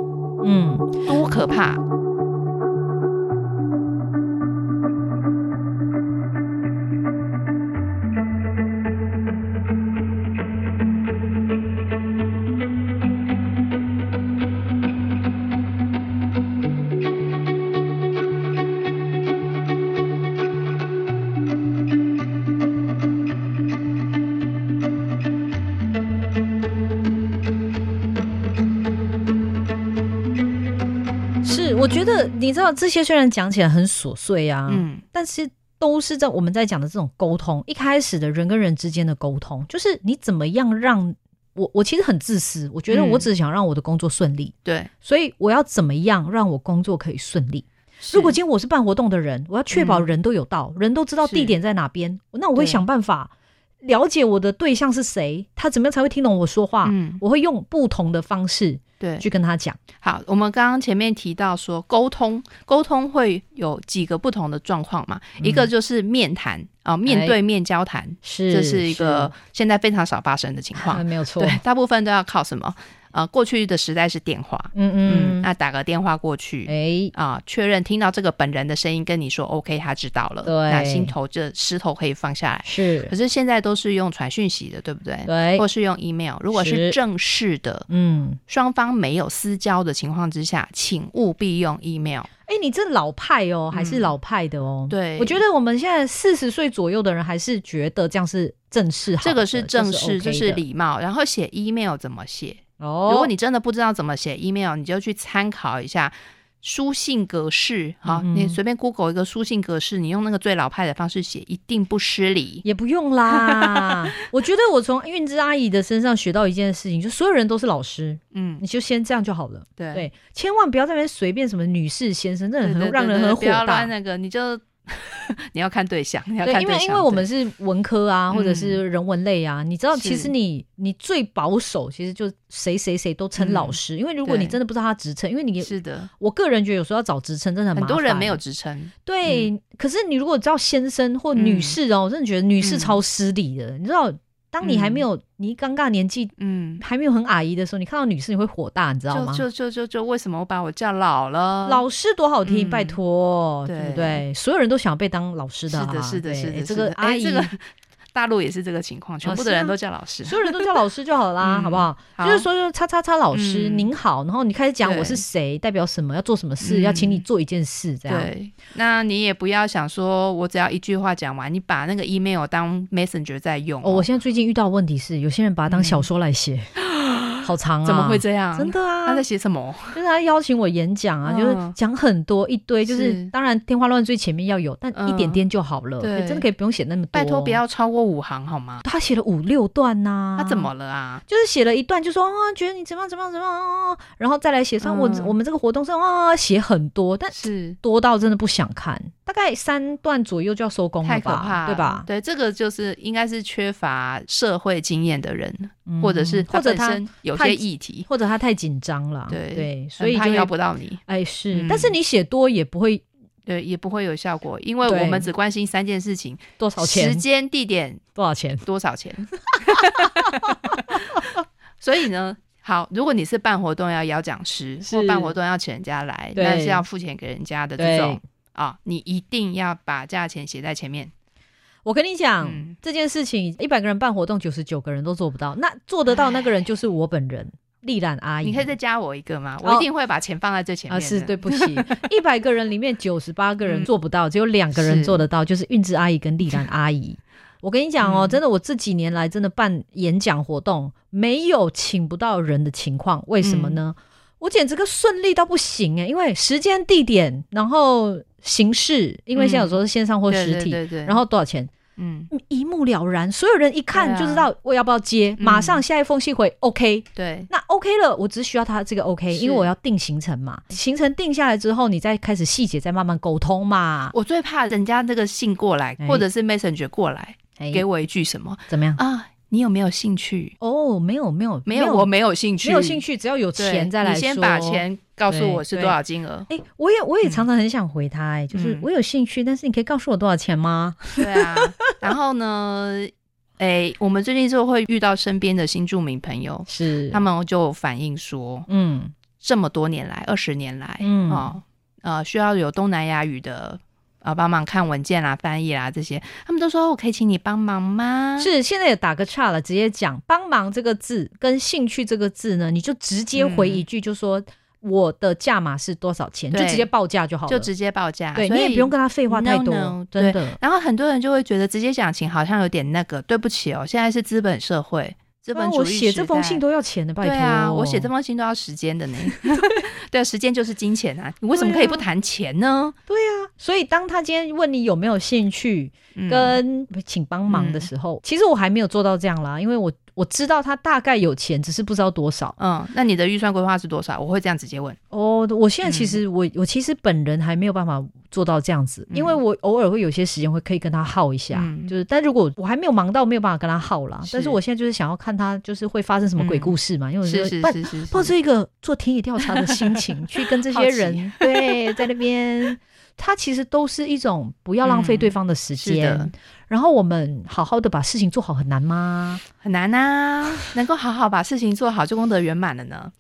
[SPEAKER 4] 嗯。
[SPEAKER 3] 多可怕！
[SPEAKER 4] 是，我觉得你知道这些虽然讲起来很琐碎啊，
[SPEAKER 3] 嗯，
[SPEAKER 4] 但是都是在我们在讲的这种沟通，一开始的人跟人之间的沟通，就是你怎么样让我，我其实很自私，我觉得
[SPEAKER 3] 嗯
[SPEAKER 4] 我只想让我的工作顺利，
[SPEAKER 3] 对。
[SPEAKER 4] 所以我要怎么样让我工作可以顺利。如果
[SPEAKER 3] 是
[SPEAKER 4] 今天我是办活动的人，我要确保
[SPEAKER 3] 嗯
[SPEAKER 4] 人都有到，人都知道
[SPEAKER 3] 是
[SPEAKER 4] 地点在哪边，那我会
[SPEAKER 3] 对
[SPEAKER 4] 想办法了解我的对象是谁，他怎么样才会听懂我说话，
[SPEAKER 3] 嗯，
[SPEAKER 4] 我会用不同的方式
[SPEAKER 3] 对，
[SPEAKER 4] 去跟他讲。
[SPEAKER 3] 好，我们刚刚前面提到说沟通，沟通会有几个不同的状况嘛，一个就是面谈啊、面对面交谈，
[SPEAKER 4] 是，
[SPEAKER 3] 这是一个现在非常少发生的情
[SPEAKER 4] 是
[SPEAKER 3] 况。
[SPEAKER 4] 没有错。
[SPEAKER 3] 对，大部分都要靠什么？呃，过去的时代是电话，
[SPEAKER 4] 嗯嗯，
[SPEAKER 3] 那打个电话过去
[SPEAKER 4] 哎，
[SPEAKER 3] 啊，确认听到这个本人的声音，跟你说 OK，他知道了，
[SPEAKER 4] 对
[SPEAKER 3] 那心头这石头可以放下来。
[SPEAKER 4] 是
[SPEAKER 3] 可，是现在都是用传讯息的，对不对？
[SPEAKER 4] 对
[SPEAKER 3] 或，是用 email。如果
[SPEAKER 4] 是
[SPEAKER 3] 是正式的，
[SPEAKER 4] 嗯，
[SPEAKER 3] 双方没有私交的情况之下，请务必用 email。
[SPEAKER 4] 哎，你这老派哦，还是
[SPEAKER 3] 嗯
[SPEAKER 4] 老派的哦。
[SPEAKER 3] 对
[SPEAKER 4] 我觉得我们现在四十岁左右的人还是觉得这样是正式好的，
[SPEAKER 3] 这个是正式，
[SPEAKER 4] 这
[SPEAKER 3] 这
[SPEAKER 4] 是 OK
[SPEAKER 3] 是
[SPEAKER 4] 的
[SPEAKER 3] 礼貌。然后写 email 怎么写？
[SPEAKER 4] 哦。
[SPEAKER 3] 如果你真的不知道怎么写 email，你就去参考一下书信格式。好，
[SPEAKER 4] 嗯哼
[SPEAKER 3] 你随便 Google 一个书信格式，你用那个最老派的方式写，一定不失礼。
[SPEAKER 4] 也不用啦，
[SPEAKER 3] *laughs*
[SPEAKER 4] 我觉得我从韵之阿姨的身上学到一件事情，就所有人都是老师，
[SPEAKER 3] 嗯
[SPEAKER 4] 你，就先这样就好了。
[SPEAKER 3] 对
[SPEAKER 4] 对，千万不要在那边随便什么女士先生，那
[SPEAKER 3] 对，
[SPEAKER 4] 很
[SPEAKER 3] 对对
[SPEAKER 4] 让人
[SPEAKER 3] 对
[SPEAKER 4] 很
[SPEAKER 3] 不
[SPEAKER 4] 火
[SPEAKER 3] 要
[SPEAKER 4] 大
[SPEAKER 3] 乱。那个，你就 *laughs* 你要看对象，你要
[SPEAKER 4] 对，
[SPEAKER 3] 看
[SPEAKER 4] 因为
[SPEAKER 3] 象
[SPEAKER 4] 因为我们
[SPEAKER 3] 对
[SPEAKER 4] 是文科啊，
[SPEAKER 3] 嗯
[SPEAKER 4] 或者是人文类啊，你知道，
[SPEAKER 3] 是
[SPEAKER 4] 其实你你最保守，其实就谁谁谁都称老师，因为如果
[SPEAKER 3] 嗯对
[SPEAKER 4] 你真的不知道他职称，因为你
[SPEAKER 3] 是的，
[SPEAKER 4] 我个人觉得有时候要找职称真的很麻
[SPEAKER 3] 很
[SPEAKER 4] 烦，
[SPEAKER 3] 多人没有职称，嗯
[SPEAKER 4] 对。可是你如果知道先生或女士哦，我真的觉得女士
[SPEAKER 3] 嗯
[SPEAKER 4] 超失礼的，你知道。当你还没有、你尴尬年纪
[SPEAKER 3] 嗯，
[SPEAKER 4] 还没有很阿姨的时候，你看到女士你会火大，你知道
[SPEAKER 3] 就
[SPEAKER 4] 吗？
[SPEAKER 3] 就就就就为什么我把我叫老了？
[SPEAKER 4] 老师多好听，
[SPEAKER 3] 嗯
[SPEAKER 4] 拜托，
[SPEAKER 3] 对
[SPEAKER 4] 对不对？所有人都想被当老师
[SPEAKER 3] 是
[SPEAKER 4] 的啊，
[SPEAKER 3] 的，是的，
[SPEAKER 4] 对
[SPEAKER 3] 是的，
[SPEAKER 4] 这
[SPEAKER 3] 是
[SPEAKER 4] 个
[SPEAKER 3] 的
[SPEAKER 4] 阿
[SPEAKER 3] 哎
[SPEAKER 4] 姨，
[SPEAKER 3] 这个 *laughs* 大陆也是这个情况，全部的
[SPEAKER 4] 是啊
[SPEAKER 3] 人都叫老师。
[SPEAKER 4] 所有人都叫老师就好啦，
[SPEAKER 3] 嗯
[SPEAKER 4] 好不好？
[SPEAKER 3] 好
[SPEAKER 4] 就是说，就是叉叉叉老师、
[SPEAKER 3] 嗯
[SPEAKER 4] 您好，然后你开始讲
[SPEAKER 3] 对
[SPEAKER 4] 我是谁，代表什么，要做什么事，
[SPEAKER 3] 嗯
[SPEAKER 4] 要请你做一件事，这样。
[SPEAKER 3] 对，那你也不要想说我只要一句话讲完，你把那个 email 当 messenger 在用、
[SPEAKER 4] 哦，我现在最近遇到的问题是，有些人把它当小说来
[SPEAKER 3] *gasps*
[SPEAKER 4] 写，好长啊！
[SPEAKER 3] 嗯怎么会这样？
[SPEAKER 4] 真的
[SPEAKER 3] 他
[SPEAKER 4] 啊
[SPEAKER 3] 在，写什么？
[SPEAKER 4] 就是他邀请我演讲啊，
[SPEAKER 3] 嗯
[SPEAKER 4] 就是讲很多一堆，就是
[SPEAKER 3] 是
[SPEAKER 4] 当然天花乱坠前面要有，但一点点就好了，
[SPEAKER 3] 嗯对
[SPEAKER 4] 你真的可以不用写那么多。
[SPEAKER 3] 拜托不！要超过五行好吗？
[SPEAKER 4] 他写了五六段呐、
[SPEAKER 3] 他怎么了啊？
[SPEAKER 4] 就是写了一段，就说啊，觉得你怎么样怎么样怎么样啊，然后再来写上我、
[SPEAKER 3] 嗯
[SPEAKER 4] 我们这个活动上啊，写很多，但
[SPEAKER 3] 是
[SPEAKER 4] 多到真的不想看，大概三段左右就要收工
[SPEAKER 3] 太
[SPEAKER 4] 了
[SPEAKER 3] 可怕
[SPEAKER 4] 吧，
[SPEAKER 3] 了，
[SPEAKER 4] 对吧？
[SPEAKER 3] 对，这个就是应该是缺乏社会经验的人，
[SPEAKER 4] 嗯
[SPEAKER 3] 或者是
[SPEAKER 4] 或者
[SPEAKER 3] 他
[SPEAKER 4] 他
[SPEAKER 3] 本身有
[SPEAKER 4] 太
[SPEAKER 3] 些议题，
[SPEAKER 4] 或者他太紧张了，
[SPEAKER 3] 对
[SPEAKER 4] 对，所以
[SPEAKER 3] 很怕
[SPEAKER 4] 就
[SPEAKER 3] 要
[SPEAKER 4] 要
[SPEAKER 3] 不到你，
[SPEAKER 4] 哎是，
[SPEAKER 3] 嗯
[SPEAKER 4] 但是你写多也不会
[SPEAKER 3] 对，也不会有效果，因为
[SPEAKER 4] 对
[SPEAKER 3] 我们只关心三件事情：
[SPEAKER 4] 多少
[SPEAKER 3] 时
[SPEAKER 4] 钱，
[SPEAKER 3] 间、地点、
[SPEAKER 4] 多少钱，
[SPEAKER 3] 多少钱。 *laughs* 所以呢，好，如果你是办活动要邀讲师，
[SPEAKER 4] 是
[SPEAKER 3] 或办活动要请人家来，
[SPEAKER 4] 对
[SPEAKER 3] 那是要付钱给人家的这种啊、你一定要把价钱写在前面。
[SPEAKER 4] 我跟你讲。
[SPEAKER 3] 嗯
[SPEAKER 4] 这件事情，一百个人办活动，九十九个人都做不到。那做得到那个人就是我本人，丽兰阿姨。
[SPEAKER 3] 你可以再加我一个吗？
[SPEAKER 4] 哎哦
[SPEAKER 3] 我一定会把钱放在最前
[SPEAKER 4] 啊，
[SPEAKER 3] 面的、
[SPEAKER 4] 是对
[SPEAKER 3] *laughs*
[SPEAKER 4] 不起，一百个人里面九十八个人
[SPEAKER 3] 嗯
[SPEAKER 4] 做不到，只有两个人
[SPEAKER 3] 是
[SPEAKER 4] 做得到，就是韵芝阿姨跟丽兰阿
[SPEAKER 3] *laughs*
[SPEAKER 4] 姨。我跟你讲哦，
[SPEAKER 3] 嗯
[SPEAKER 4] 真的，我这几年来真的办演讲活动，没有请不到人的情况，为什么呢？
[SPEAKER 3] 嗯
[SPEAKER 4] 我简直个顺利到不行欸诶，因为时间、地点，然后形式，因为现在有时候是线上或
[SPEAKER 3] 对
[SPEAKER 4] 实
[SPEAKER 3] 对
[SPEAKER 4] 体，
[SPEAKER 3] 对对，
[SPEAKER 4] 然后多少钱，
[SPEAKER 3] 嗯，
[SPEAKER 4] 一目了然，所有人一看
[SPEAKER 3] 对啊
[SPEAKER 4] 就知道我要不要接，
[SPEAKER 3] 嗯
[SPEAKER 4] 马上下一封信回 OK，
[SPEAKER 3] 对，
[SPEAKER 4] 那 OK 了，我只需要他这个 OK，
[SPEAKER 3] 是
[SPEAKER 4] 因为我要定行程嘛。行程定下来之后，你再开始细节，再慢慢沟通嘛。
[SPEAKER 3] 我最怕人家这个信过来，
[SPEAKER 4] 哎
[SPEAKER 3] 或者是 messenger 过来，
[SPEAKER 4] 哎
[SPEAKER 3] 给我一句什么
[SPEAKER 4] 怎么样？
[SPEAKER 3] 啊？你有没有兴趣？
[SPEAKER 4] 哦，没有没有
[SPEAKER 3] 没有，我没有兴趣，
[SPEAKER 4] 没有兴趣，只要有
[SPEAKER 3] 对。
[SPEAKER 4] 钱再来
[SPEAKER 3] 你
[SPEAKER 4] 说。
[SPEAKER 3] 先把。钱告诉
[SPEAKER 4] 对
[SPEAKER 3] 我是
[SPEAKER 4] 对
[SPEAKER 3] 多少金额。
[SPEAKER 4] 哎、我也我也
[SPEAKER 3] 嗯
[SPEAKER 4] 常常很想回他、哎、就是
[SPEAKER 3] 嗯
[SPEAKER 4] 我有兴趣，但是你可以告诉我多少钱吗？
[SPEAKER 3] 对啊，然后呢，诶，我们最近就会遇到身边的新住民朋友，
[SPEAKER 4] 是
[SPEAKER 3] 他们就反映说，
[SPEAKER 4] 嗯
[SPEAKER 3] 这么多年来，二十年来，
[SPEAKER 4] 嗯
[SPEAKER 3] 哦，呃，需要有东南亚语的。啊，帮忙看文件啦、翻译啦啊这些，他们都说我哦可以请你帮忙吗？
[SPEAKER 4] 是，现在也打个岔了，直接讲“帮忙”这个字跟“兴趣”这个字呢，你就直接回一句，就说我的价码是多少钱，就
[SPEAKER 3] 对
[SPEAKER 4] 直接报价就好了。
[SPEAKER 3] 就直接报价，
[SPEAKER 4] 对
[SPEAKER 3] 所
[SPEAKER 4] 你
[SPEAKER 3] 以
[SPEAKER 4] 也不用跟他废话太
[SPEAKER 3] No,
[SPEAKER 4] 多
[SPEAKER 3] no，
[SPEAKER 4] 真的。
[SPEAKER 3] 然后很多人就会觉得直接讲情好像有点那个，对不起哦，现在是资本社会，资本
[SPEAKER 4] 啊
[SPEAKER 3] 主义、
[SPEAKER 4] 我写这封信。都要钱的，拜
[SPEAKER 3] 对
[SPEAKER 4] 托。
[SPEAKER 3] 啊，我写这封信都要时间的
[SPEAKER 4] *laughs*
[SPEAKER 3] 呢。对，时间就是金钱啊！你为什么可以不谈钱呢？
[SPEAKER 4] 所以当他今天问你有没有兴趣
[SPEAKER 3] 嗯
[SPEAKER 4] 跟请帮忙的时候，其实我还没有做到这样啦，因为我我知道他大概有钱，只是不知道多少。
[SPEAKER 3] 嗯，那你的预算规划是多少？我会这样直接问。
[SPEAKER 4] 哦，我现在
[SPEAKER 3] 嗯
[SPEAKER 4] 其实我、我其实本人还没有办法做到这样子，
[SPEAKER 3] 嗯
[SPEAKER 4] 因为我偶尔会有些时间会可以跟他耗一下，
[SPEAKER 3] 嗯
[SPEAKER 4] 就是但如果我还没有忙到没有办法跟他耗啦，
[SPEAKER 3] 是嗯
[SPEAKER 4] 但是我现在就是想要看他就是会发生什么鬼故事嘛，因为我觉
[SPEAKER 3] 是
[SPEAKER 4] 得
[SPEAKER 3] 是
[SPEAKER 4] 不然
[SPEAKER 3] 是是
[SPEAKER 4] 抱
[SPEAKER 3] 是，
[SPEAKER 4] 着一个做田野调查的心
[SPEAKER 3] *laughs*
[SPEAKER 4] 情去跟这些人，对，在那边，他其实都是一种不要浪费对方的时间，
[SPEAKER 3] 嗯是的
[SPEAKER 4] 然后我们好好的把事情做好很难吗？
[SPEAKER 3] 很难啊！能够好好把事情做好，就功德圆满了呢。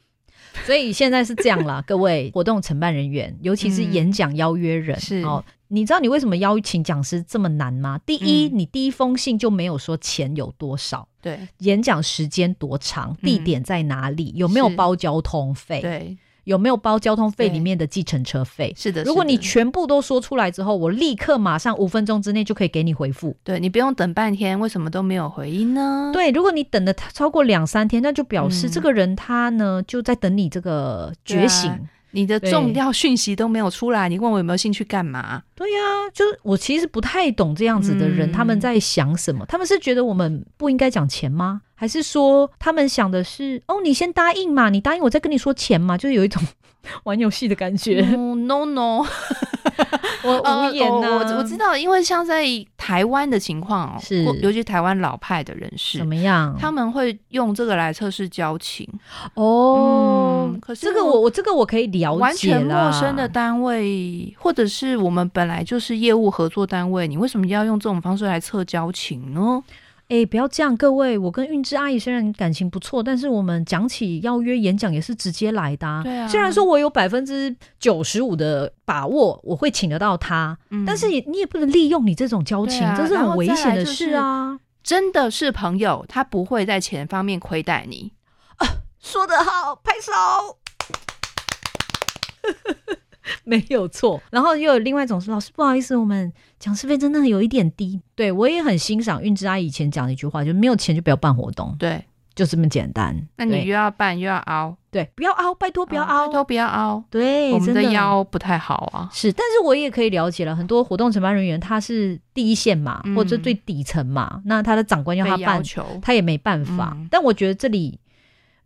[SPEAKER 4] 所以现在是这样啦，各 *laughs* 位活动承办人员，尤其是
[SPEAKER 3] 嗯
[SPEAKER 4] 演讲邀约人，
[SPEAKER 3] 是
[SPEAKER 4] 哦。你知道你为什么邀请讲师这么难吗？第一，
[SPEAKER 3] 嗯
[SPEAKER 4] 你第一封信就没有说钱有多少，
[SPEAKER 3] 对
[SPEAKER 4] 演讲时间多长，地点在哪里，有没有
[SPEAKER 3] 是
[SPEAKER 4] 包交通费，
[SPEAKER 3] 嗯对，
[SPEAKER 4] 有没有包交通费里
[SPEAKER 3] 对
[SPEAKER 4] 面的计程车费，
[SPEAKER 3] 是的。
[SPEAKER 4] 如果
[SPEAKER 3] 是的
[SPEAKER 4] 你全部都说出来之后，我立刻马上五分钟之内就可以给你回复。
[SPEAKER 3] 对你不用等半天，为什么都没有回音呢？
[SPEAKER 4] 对，如果你等了超过两三天，那就表示
[SPEAKER 3] 嗯
[SPEAKER 4] 这个人他呢就在等你这个觉醒。
[SPEAKER 3] 对啊你的重要讯息都没有出来，你问我有没有兴趣干嘛？
[SPEAKER 4] 对呀、就是我其实不太懂这样子的人、
[SPEAKER 3] 嗯
[SPEAKER 4] 他们在想什么。他们是觉得我们不应该讲钱吗？还是说他们想的是哦，你先答应嘛，你答应我再跟你说钱嘛，就是有一种 *laughs* 玩游戏的感觉。
[SPEAKER 3] 嗯 no no，
[SPEAKER 4] 我
[SPEAKER 3] 呃
[SPEAKER 4] 无言啊呐、
[SPEAKER 3] 我我我知道，因为像在台湾的情况哦，
[SPEAKER 4] 是
[SPEAKER 3] 或尤其台湾老派的人士
[SPEAKER 4] 怎，么样？
[SPEAKER 3] 他们会用这个来测试交情，
[SPEAKER 4] 哦、
[SPEAKER 3] 嗯可是
[SPEAKER 4] 这个
[SPEAKER 3] 我
[SPEAKER 4] 我我这个我可以了解
[SPEAKER 3] 完全
[SPEAKER 4] 啦
[SPEAKER 3] 陌生的单位，或者是我们本来就是业务合作单位，你为什么要用这种方式来测交情呢？
[SPEAKER 4] 哎、哎，不要这样，各位，我跟韵芝阿姨虽然感情不错，但是我们讲起邀约演讲也是直接来的、啊。
[SPEAKER 3] 对啊
[SPEAKER 4] 虽然说我有百分之九十五的把握我会请得到她，
[SPEAKER 3] 嗯
[SPEAKER 4] 但是也你也不能利用你这种交情，
[SPEAKER 3] 对啊
[SPEAKER 4] 这是
[SPEAKER 3] 然
[SPEAKER 4] 很
[SPEAKER 3] 后
[SPEAKER 4] 危
[SPEAKER 3] 再
[SPEAKER 4] 险
[SPEAKER 3] 来
[SPEAKER 4] 的
[SPEAKER 3] 就是
[SPEAKER 4] 事啊。
[SPEAKER 3] 真的是朋友，他不会在钱方面亏待你。
[SPEAKER 4] 说得好，拍手。 *laughs* 没有错，然后又有另外一种说，老师不好意思，我们讲师费真的有一点低。对我也很欣赏韵芝阿姨以前讲的一句话，就没有钱就不要办活动，
[SPEAKER 3] 对，
[SPEAKER 4] 就这么简单。
[SPEAKER 3] 那你
[SPEAKER 4] 对
[SPEAKER 3] 又要办又要凹，嗯
[SPEAKER 4] 对，不要凹，拜托不要凹，
[SPEAKER 3] 都不要凹，
[SPEAKER 4] 对，
[SPEAKER 3] 我们
[SPEAKER 4] 真
[SPEAKER 3] 的腰不太好啊。
[SPEAKER 4] 是，但是我也可以了解了，很多活动承办人员他是第一线嘛，
[SPEAKER 3] 嗯
[SPEAKER 4] 或者最底层嘛，那他的长官要他
[SPEAKER 3] 被要
[SPEAKER 4] 办，
[SPEAKER 3] 求，
[SPEAKER 4] 他也没办法。
[SPEAKER 3] 嗯
[SPEAKER 4] 但我觉得这里，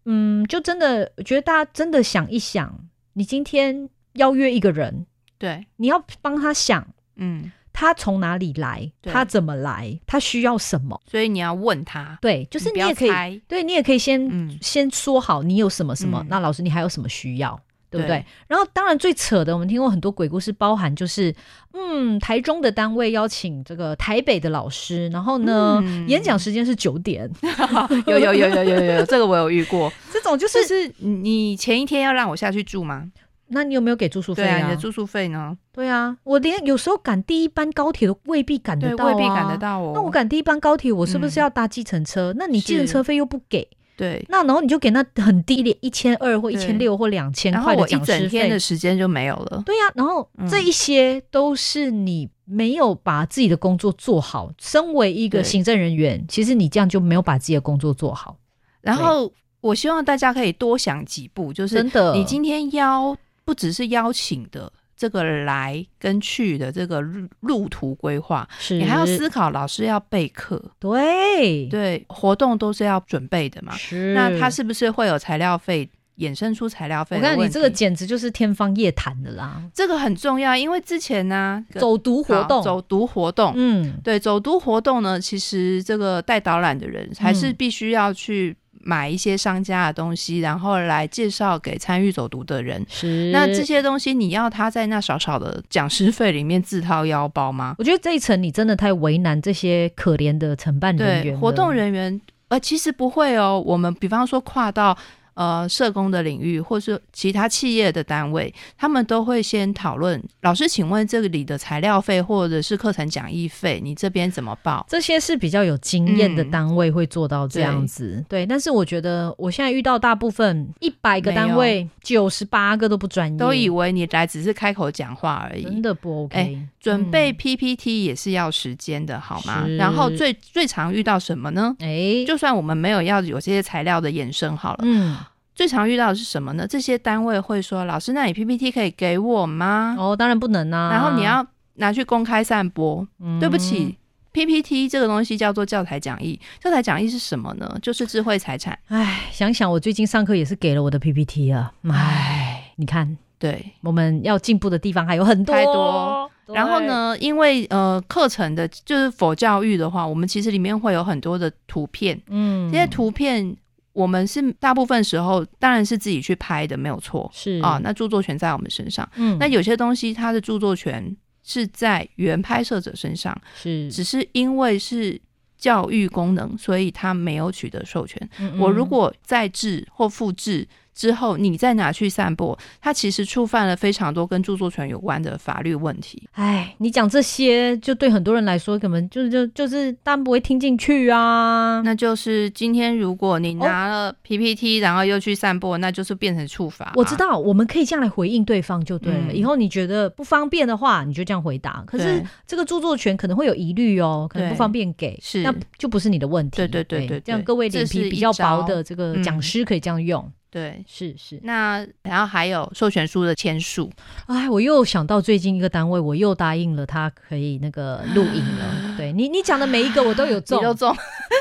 [SPEAKER 4] 嗯，就真的，我觉得大家真的想一想，你今天邀约一个人，
[SPEAKER 3] 对，
[SPEAKER 4] 你要帮他想。
[SPEAKER 3] 嗯，
[SPEAKER 4] 他从哪里来？
[SPEAKER 3] 对
[SPEAKER 4] 他怎么来？他需要什么？
[SPEAKER 3] 所以你要问他，
[SPEAKER 4] 对，就是
[SPEAKER 3] 不
[SPEAKER 4] 你
[SPEAKER 3] 要
[SPEAKER 4] 也可以，
[SPEAKER 3] 猜
[SPEAKER 4] 对你也可以先、
[SPEAKER 3] 嗯
[SPEAKER 4] 先说好你有什么什么，
[SPEAKER 3] 嗯
[SPEAKER 4] 那老师你还有什么需要，对不对？
[SPEAKER 3] 对
[SPEAKER 4] 然后当然最扯的，我们听过很多鬼故事，包含就是嗯，台中的单位邀请这个台北的老师，然后呢，
[SPEAKER 3] 嗯
[SPEAKER 4] 演讲时间是九点， *laughs*
[SPEAKER 3] 有有有有有有有， *laughs* 这个我有遇 *laughs* 过。
[SPEAKER 4] 这种就是
[SPEAKER 3] 就，是你前一天要让我下去住吗？
[SPEAKER 4] 那你有没有给住宿费
[SPEAKER 3] 对啊，你的住宿费呢？
[SPEAKER 4] 对啊，我连有时候赶第一班高铁都未必赶
[SPEAKER 3] 对，
[SPEAKER 4] 得到、啊，
[SPEAKER 3] 未必赶得。到哦。
[SPEAKER 4] 那我赶第一班高铁，我是不是
[SPEAKER 3] 嗯
[SPEAKER 4] 要搭计程车？那你计程
[SPEAKER 3] 是
[SPEAKER 4] 车费又不给，
[SPEAKER 3] 对，
[SPEAKER 4] 那然后你就给那很低的一千二或一
[SPEAKER 3] 对
[SPEAKER 4] 千六或两千
[SPEAKER 3] 然后
[SPEAKER 4] 块的
[SPEAKER 3] 我一
[SPEAKER 4] 讲师
[SPEAKER 3] 整天
[SPEAKER 4] 费
[SPEAKER 3] 的，时间就没有了。
[SPEAKER 4] 对呀、然后
[SPEAKER 3] 嗯
[SPEAKER 4] 这一些都是你没有把自己的工作做好。身为一个
[SPEAKER 3] 对
[SPEAKER 4] 行政人员，其实你这样就没有把自己的工作做好，
[SPEAKER 3] 然后我希望大家可以多想几步，就是
[SPEAKER 4] 真的。
[SPEAKER 3] 你今天邀不只是邀请的这个来跟去的这个路路途规划，
[SPEAKER 4] 是
[SPEAKER 3] 你还要思考老师要备课，
[SPEAKER 4] 对
[SPEAKER 3] 对，活动都是要准备的嘛。
[SPEAKER 4] 是
[SPEAKER 3] 那他。是不是会有材料费衍生出材料费
[SPEAKER 4] 我
[SPEAKER 3] 的问
[SPEAKER 4] 告诉
[SPEAKER 3] 题？
[SPEAKER 4] 你，这个简直就是天方夜谭的啦！
[SPEAKER 3] 这个很重要，因为之前呢、
[SPEAKER 4] 走读活
[SPEAKER 3] 好
[SPEAKER 4] 动，
[SPEAKER 3] 走读活动，
[SPEAKER 4] 嗯，
[SPEAKER 3] 对，走读活动呢，其实这个带导览的人还
[SPEAKER 4] 嗯
[SPEAKER 3] 是必须要去买一些商家的东西，然后来介绍给参与走读的人。
[SPEAKER 4] 是
[SPEAKER 3] 那这，些东西，你要他在那少少的讲师费里面自掏腰包吗？
[SPEAKER 4] 我觉得这一层你真的太为难这些可怜的承办人
[SPEAKER 3] 对，
[SPEAKER 4] 员、
[SPEAKER 3] 活动。人员，呃，其实不会哦。我们比方说跨到呃社工的领域，或是其他企业的单位，他们都会先讨论，老师，请问这里的材料费或者是课程讲义费，你这边怎么报？
[SPEAKER 4] 这些是比较有经验的
[SPEAKER 3] 嗯
[SPEAKER 4] 单位会做到这样子，对。但是我觉得我现在遇到大部分一百个单位，九十八个都不专业，
[SPEAKER 3] 都以为你来只是开口讲话而已，
[SPEAKER 4] 真的不 OK、
[SPEAKER 3] 哎准备
[SPEAKER 4] 嗯
[SPEAKER 3] PPT 也是要时间的，好吗？
[SPEAKER 4] 是
[SPEAKER 3] 然后最最常遇到什么呢？
[SPEAKER 4] 哎、
[SPEAKER 3] 就算我们没有要有这些材料的衍生好了，
[SPEAKER 4] 嗯，
[SPEAKER 3] 最常遇到的是什么呢？这些单位会说：“老师，那你 PPT 可以给我吗？”
[SPEAKER 4] 哦，当然不能啊。
[SPEAKER 3] 然后你要拿去公开散播。
[SPEAKER 4] 嗯
[SPEAKER 3] 对不起，，PPT 这个东西叫做教材讲义。教材讲义是什么呢？就是智慧财产。
[SPEAKER 4] 哎，想想我最近上课也是给了我的 PPT 啊，哎，你看
[SPEAKER 3] 对，
[SPEAKER 4] 我们要进步的地方还有很多，
[SPEAKER 3] 太多
[SPEAKER 4] 对
[SPEAKER 3] 然后？呢，因为呃课程的就是佛教育的话，我们其实里面会有很多的图片，
[SPEAKER 4] 嗯，
[SPEAKER 3] 这些图片我们是大部分时候当然是自己去拍的，没有错
[SPEAKER 4] 是
[SPEAKER 3] 啊。，那著作权在我们身上，
[SPEAKER 4] 嗯，
[SPEAKER 3] 那有些东西它的著作权是在原拍摄者身上，
[SPEAKER 4] 是
[SPEAKER 3] 只是因为是教育功能，所以它没有取得授权。
[SPEAKER 4] 嗯
[SPEAKER 3] 我如
[SPEAKER 4] 嗯
[SPEAKER 3] 果再制或复制之后，你再拿去散播，它其实触犯了非常多跟著作权有关的法律问题。
[SPEAKER 4] 哎，你讲这些，就对很多人来说，根本就就就是当然不会听进去啊。
[SPEAKER 3] 那就是今天如果你
[SPEAKER 4] 哦
[SPEAKER 3] 拿了 PPT，、然后又去散播，那就是变成啊处罚。
[SPEAKER 4] 我知，道，我们可以这样来回应对方就对了。
[SPEAKER 3] 嗯
[SPEAKER 4] 以后你觉得不方便的话，你就这样回答。可是
[SPEAKER 3] 对
[SPEAKER 4] 这个著作权可能会有疑虑哦，可能
[SPEAKER 3] 对
[SPEAKER 4] 不方便给，
[SPEAKER 3] 是
[SPEAKER 4] 那就不是你的问题。
[SPEAKER 3] 对对对对对
[SPEAKER 4] 这样各位脸
[SPEAKER 3] 这是
[SPEAKER 4] 皮
[SPEAKER 3] 一
[SPEAKER 4] 比较薄
[SPEAKER 3] 招
[SPEAKER 4] 的这个
[SPEAKER 3] 嗯
[SPEAKER 4] 讲师可以这样用。
[SPEAKER 3] 对。
[SPEAKER 4] 是是，
[SPEAKER 3] 那然后还有授权书的签署，
[SPEAKER 4] 哎，我又想到最近一个单位，我又答应了他可以那个录影了。对你，你讲的每一个我都有中
[SPEAKER 3] *laughs* 你，都中，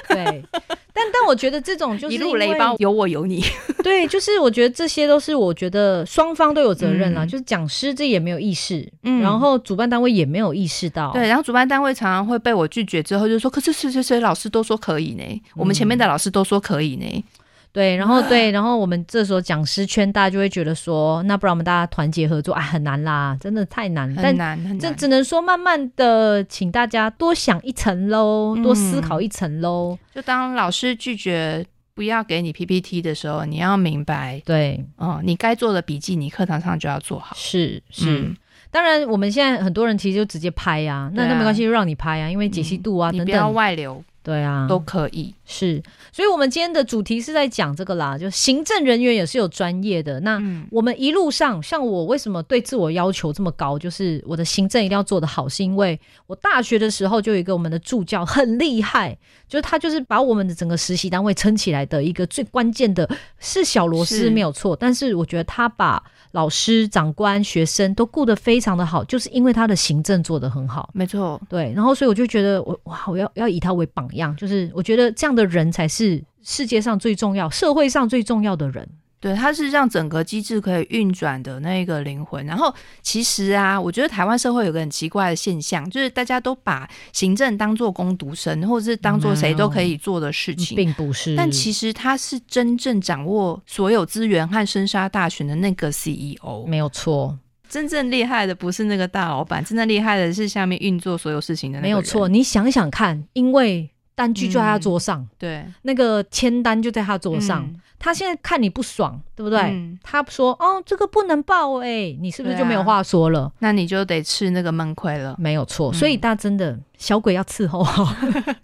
[SPEAKER 4] 对。但但我觉得这种就是
[SPEAKER 3] 一
[SPEAKER 4] 因
[SPEAKER 3] 路
[SPEAKER 4] 为
[SPEAKER 3] 雷包，有我有你。
[SPEAKER 4] 对，就是我觉得这些都是我觉得双方都有责任啦，
[SPEAKER 3] 嗯
[SPEAKER 4] 就是讲师这也没有意识，
[SPEAKER 3] 嗯
[SPEAKER 4] 然后主办单位也没有意识到，
[SPEAKER 3] 对，然后主办单位常常会被
[SPEAKER 4] 嗯
[SPEAKER 3] 我拒绝之后，就说：“可是谁谁谁老师都说可以呢，我们前面的老师都说可以呢。
[SPEAKER 4] 对，
[SPEAKER 3] *laughs*
[SPEAKER 4] 然后对，然后我们这时候讲师圈大家就会觉得说，那不然我们大家团结合作啊，很难啦，真的太难。了。
[SPEAKER 3] 很
[SPEAKER 4] 但
[SPEAKER 3] 难很
[SPEAKER 4] 这
[SPEAKER 3] 难。
[SPEAKER 4] 只能说慢慢的，请大家多想一层喽，多思
[SPEAKER 3] 嗯
[SPEAKER 4] 考一层喽。
[SPEAKER 3] 就当老师拒绝不要给你 PPT 的时候，你要明白，
[SPEAKER 4] 对，
[SPEAKER 3] 哦、你该做的笔记，你课堂上就要做好。
[SPEAKER 4] 是是。
[SPEAKER 3] 嗯
[SPEAKER 4] 当然，我们现在很多人其实就直接拍啊，那
[SPEAKER 3] 对啊嗯
[SPEAKER 4] 那没关系，就让你拍啊，因为解析度啊、
[SPEAKER 3] 你
[SPEAKER 4] 等
[SPEAKER 3] 不要
[SPEAKER 4] 等，
[SPEAKER 3] 外流
[SPEAKER 4] 对啊，
[SPEAKER 3] 都可以。
[SPEAKER 4] 是。所以，我们今天的主题是在讲这个啦，就行政人员也是有专业的。那
[SPEAKER 3] 嗯
[SPEAKER 4] 我们一路上，像我为什么对自我要求这么高，就是我的行政一定要做得好，是因为我大学的时候就有一个我们的助教很厉害，就是他就是把我们的整个实习单位撑起来的一个最关键的是小螺丝
[SPEAKER 3] 是
[SPEAKER 4] 没有错，但是我觉得他把老师、长官、学生都顾得非常的好，就是因为他的行政做得很好。
[SPEAKER 3] 没错，
[SPEAKER 4] 对，然后所以我就觉得我哇，我要要以他为榜样，就是我觉得这样的人才是世界上最重要、社会上最重要的人。
[SPEAKER 3] 对，它是让整个机制可以运转的那个灵魂。然后其实啊，我觉得台湾社会有个很奇怪的现象，就是大家都把行政当做攻读生，或者是当做谁都可以做的事情。
[SPEAKER 4] 并不是，
[SPEAKER 3] 但其实他是真正掌握所有资源和生杀大权的那个 E CEO。
[SPEAKER 4] 没有错，
[SPEAKER 3] 真正厉害的不是那个大老板，真正厉害的是下面运作所有事情的那个
[SPEAKER 4] 没有
[SPEAKER 3] 人嗯
[SPEAKER 4] 错。。你想想看，因为单据就在他桌上，
[SPEAKER 3] 对，
[SPEAKER 4] 那个签单就在他桌上，
[SPEAKER 3] 嗯
[SPEAKER 4] 他现在看你不爽，对不对？
[SPEAKER 3] 嗯
[SPEAKER 4] 他说：“哦，这个不能报哎、你是不是
[SPEAKER 3] 对啊
[SPEAKER 4] 就没有话说了？”
[SPEAKER 3] 那你就得吃那个闷亏了。
[SPEAKER 4] 没有错，
[SPEAKER 3] 嗯
[SPEAKER 4] 所以大家真的小鬼要伺候好， *laughs*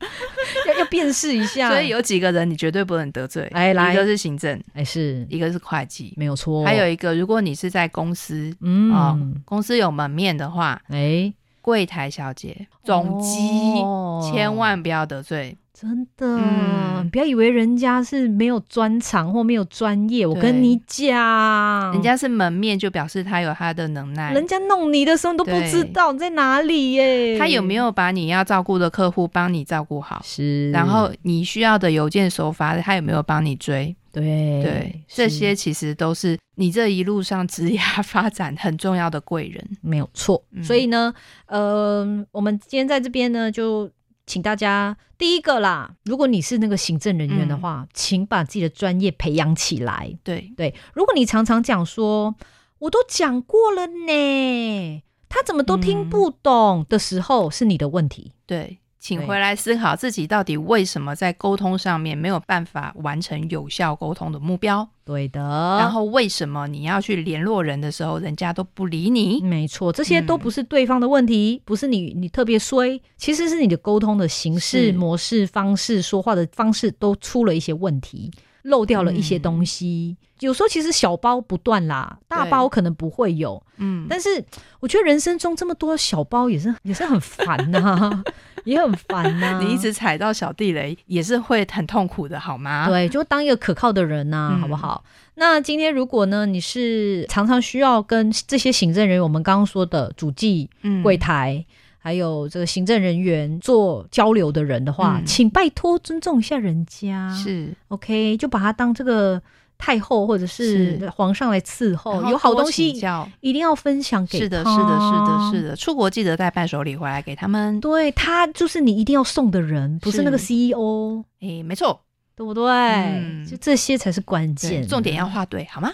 [SPEAKER 4] 要要辨识一下。
[SPEAKER 3] *laughs* 所以有几个人你绝对不能得罪，
[SPEAKER 4] 哎来哦
[SPEAKER 3] 一个是行政，
[SPEAKER 4] 哎是
[SPEAKER 3] 一个是会计，
[SPEAKER 4] 没有错，
[SPEAKER 3] 还有一个，如果你是在公司，
[SPEAKER 4] 嗯
[SPEAKER 3] 哦公司有门面的话，
[SPEAKER 4] 哎
[SPEAKER 3] 柜台小姐、总机，
[SPEAKER 4] 哦
[SPEAKER 3] 千万不要得罪。
[SPEAKER 4] 真的、
[SPEAKER 3] 嗯
[SPEAKER 4] 不要以为人家是没有专长或没有专业，我跟你讲，
[SPEAKER 3] 人家是门面，就表示他有他的能耐。
[SPEAKER 4] 嗯人家弄你的时候你都不知道你在哪里耶，
[SPEAKER 3] 他有没有把你要照顾的客户帮你照顾好？
[SPEAKER 4] 是，
[SPEAKER 3] 然后你需要的邮件手法，他有没有帮你追？
[SPEAKER 4] 对
[SPEAKER 3] 对，
[SPEAKER 4] 哎是
[SPEAKER 3] 这些其实都是你这一路上职业 *laughs* 发展很重要的贵人。
[SPEAKER 4] 没有错。
[SPEAKER 3] 嗯
[SPEAKER 4] 所以呢，呃，我们今天在这边呢，就请大家第一个啦，如果你是那个行政人员的
[SPEAKER 3] 嗯
[SPEAKER 4] 话，请把自己的专业培养起来。
[SPEAKER 3] 对，
[SPEAKER 4] 对，如果你常常讲说，我都讲过了呢，他怎么都
[SPEAKER 3] 嗯
[SPEAKER 4] 听不懂的时候，是你的问题。
[SPEAKER 3] 对，请
[SPEAKER 4] 对
[SPEAKER 3] 回来思考自己到底为什么在沟通上面没有办法完成有效沟通的目标，
[SPEAKER 4] 对的，
[SPEAKER 3] 然后为什么你要去联络人的时候，人家都不理你？
[SPEAKER 4] 没错，这些都
[SPEAKER 3] 嗯
[SPEAKER 4] 不是对方的问题，不是你你特别衰，其实是你的沟通的形式、
[SPEAKER 3] 是
[SPEAKER 4] 模式、方式、说话的方式都出了一些问题，漏掉了一些
[SPEAKER 3] 嗯
[SPEAKER 4] 东西。有时候其实小包不断啦，大
[SPEAKER 3] 对
[SPEAKER 4] 包可能不会有，
[SPEAKER 3] 嗯，
[SPEAKER 4] 但是我觉得人生中这么多小包也是也是很烦呐、 *laughs* 也很烦呐、
[SPEAKER 3] *laughs* 你一直踩到小地雷也是会很痛苦的，好吗？
[SPEAKER 4] 对，就当一个可靠的人呐、
[SPEAKER 3] 啊嗯
[SPEAKER 4] 好不好？那今天如果呢，你是常常需要跟这些行政人员，我们刚刚说的主计、
[SPEAKER 3] 嗯
[SPEAKER 4] 柜台。还有这个行政人员做交流的人的话，
[SPEAKER 3] 嗯
[SPEAKER 4] 请拜托尊重一下人家，
[SPEAKER 3] 是
[SPEAKER 4] OK，就把他当这个太后或者是
[SPEAKER 3] 是
[SPEAKER 4] 皇上来伺候
[SPEAKER 3] 然，后
[SPEAKER 4] 哦有好
[SPEAKER 3] 多
[SPEAKER 4] 东
[SPEAKER 3] 请
[SPEAKER 4] 西
[SPEAKER 3] 教
[SPEAKER 4] 一定要分享给他。
[SPEAKER 3] 是的，是的，是的，是的。出国记得带伴手礼回来给他们。
[SPEAKER 4] 对他就是你一定要送的人，不是
[SPEAKER 3] 是
[SPEAKER 4] 那个 CEO，
[SPEAKER 3] 诶，没错，
[SPEAKER 4] 对不对？
[SPEAKER 3] 嗯
[SPEAKER 4] 就这些才是关
[SPEAKER 3] 对
[SPEAKER 4] 键，
[SPEAKER 3] 重点要画对，好吗？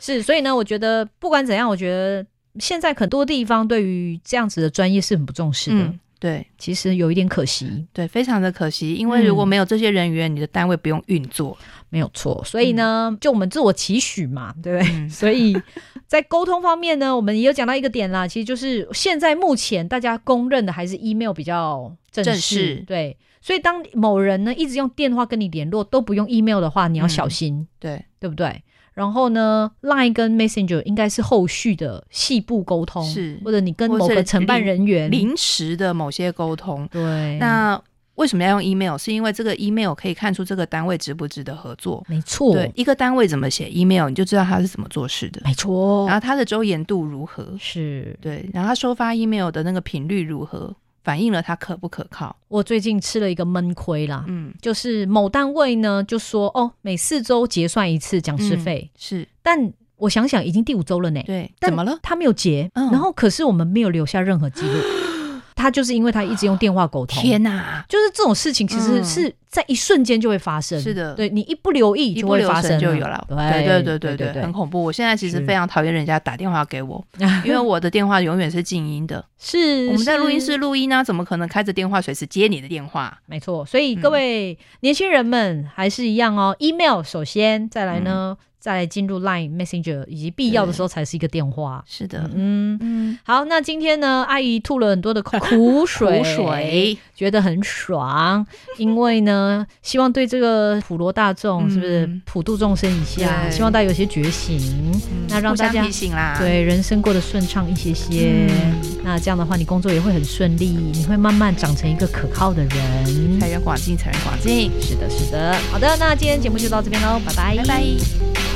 [SPEAKER 4] 是，所以呢，我觉得不管怎样，我觉得现在很多地方对于这样子的专业是很不重视的，
[SPEAKER 3] 嗯，对
[SPEAKER 4] 其实有一点可惜，
[SPEAKER 3] 对，非常的可惜，因为如
[SPEAKER 4] 嗯
[SPEAKER 3] 果没有这些人员，你的单位不用运作。
[SPEAKER 4] 没有错。所以呢，就我们自我期许嘛，对不对？*laughs*
[SPEAKER 3] 嗯
[SPEAKER 4] 所以在沟通方面呢，我们也有讲到一个点啦，其实就是现在目前大家公认的还是 email 比较正式，
[SPEAKER 3] 正式
[SPEAKER 4] 对。所以当某人呢一直用电话跟你联络都不用 email 的话，你要小
[SPEAKER 3] 嗯
[SPEAKER 4] 心。
[SPEAKER 3] 对，
[SPEAKER 4] 对不对？然后呢，Line 跟 Messenger 应该是后续的细部沟通，
[SPEAKER 3] 是
[SPEAKER 4] 或者你跟某
[SPEAKER 3] 或
[SPEAKER 4] 个
[SPEAKER 3] 是
[SPEAKER 4] 承办人员，
[SPEAKER 3] 临时的某些沟通，
[SPEAKER 4] 对，
[SPEAKER 3] 那为什么要用 email？是因为这个 email 可以看出这个单位值不值得合作。
[SPEAKER 4] 没错，
[SPEAKER 3] 对，一个单位怎么写 email，你就知道他是怎么做事的，
[SPEAKER 4] 没错
[SPEAKER 3] 然，后他的周延度如何，
[SPEAKER 4] 是
[SPEAKER 3] 对，然后他收发 email 的那个频率如何，反映了他可不可靠。
[SPEAKER 4] 我最近吃了一个闷亏啦。
[SPEAKER 3] 嗯，
[SPEAKER 4] 就是某单位呢，就说哦，每四周结算一次讲师费，
[SPEAKER 3] 是
[SPEAKER 4] 但我想想已经第五周了呢，
[SPEAKER 3] 嗯对，
[SPEAKER 4] 但
[SPEAKER 3] 怎么了？
[SPEAKER 4] 他没有结，
[SPEAKER 3] 嗯 *laughs*
[SPEAKER 4] 然后可是我们没有留下任何记录，他就是因为他一直用电话沟通，
[SPEAKER 3] 天哪，
[SPEAKER 4] 就是这种事情其实
[SPEAKER 3] 嗯
[SPEAKER 4] 是在一瞬间就会发生。
[SPEAKER 3] 是的
[SPEAKER 4] 对你一不留意
[SPEAKER 3] 一
[SPEAKER 4] 就
[SPEAKER 3] 不
[SPEAKER 4] 会
[SPEAKER 3] 留
[SPEAKER 4] 发生
[SPEAKER 3] 神就
[SPEAKER 4] 了
[SPEAKER 3] 有了。
[SPEAKER 4] 对
[SPEAKER 3] 对
[SPEAKER 4] 对
[SPEAKER 3] 对对
[SPEAKER 4] 对，
[SPEAKER 3] 很恐怖。我现在其实
[SPEAKER 4] 是
[SPEAKER 3] 非常讨厌人家打电话给我，
[SPEAKER 4] *laughs*
[SPEAKER 3] 因为我的电话永远是静音的。
[SPEAKER 4] 是
[SPEAKER 3] 我们在录音
[SPEAKER 4] 嗯
[SPEAKER 3] 室
[SPEAKER 4] 是
[SPEAKER 3] 录音呢、怎么可能开着电话随时接你的电话？
[SPEAKER 4] 没错，所以各
[SPEAKER 3] 嗯
[SPEAKER 4] 位年轻人们还是一样哦，email 首先，再来呢，
[SPEAKER 3] 嗯
[SPEAKER 4] 再来进入 Line Messenger，以及必要的时候才是一个电话。
[SPEAKER 3] 是的，
[SPEAKER 4] 嗯，
[SPEAKER 2] 嗯，
[SPEAKER 4] 好，那今天呢，阿姨吐了很
[SPEAKER 3] *laughs*
[SPEAKER 4] 多的苦苦水，
[SPEAKER 3] 苦水
[SPEAKER 4] 觉得很爽，因为呢， *laughs* 希望对这个普罗大众
[SPEAKER 3] 嗯
[SPEAKER 4] 是不是普度众生一下，
[SPEAKER 3] 对
[SPEAKER 4] 希望大家有些觉醒，那让
[SPEAKER 3] 嗯互
[SPEAKER 4] 大
[SPEAKER 3] 相
[SPEAKER 4] 家
[SPEAKER 3] 提醒啦。
[SPEAKER 4] 对人生过得顺畅一些些。
[SPEAKER 3] 嗯，
[SPEAKER 4] 那这样的话，你工作也会很顺利，你会慢慢长成一个可靠的人
[SPEAKER 3] 财。源广进，财源广进。
[SPEAKER 4] 是的，是的，好的，那今天节目就到这边喽，拜拜，
[SPEAKER 3] 拜拜。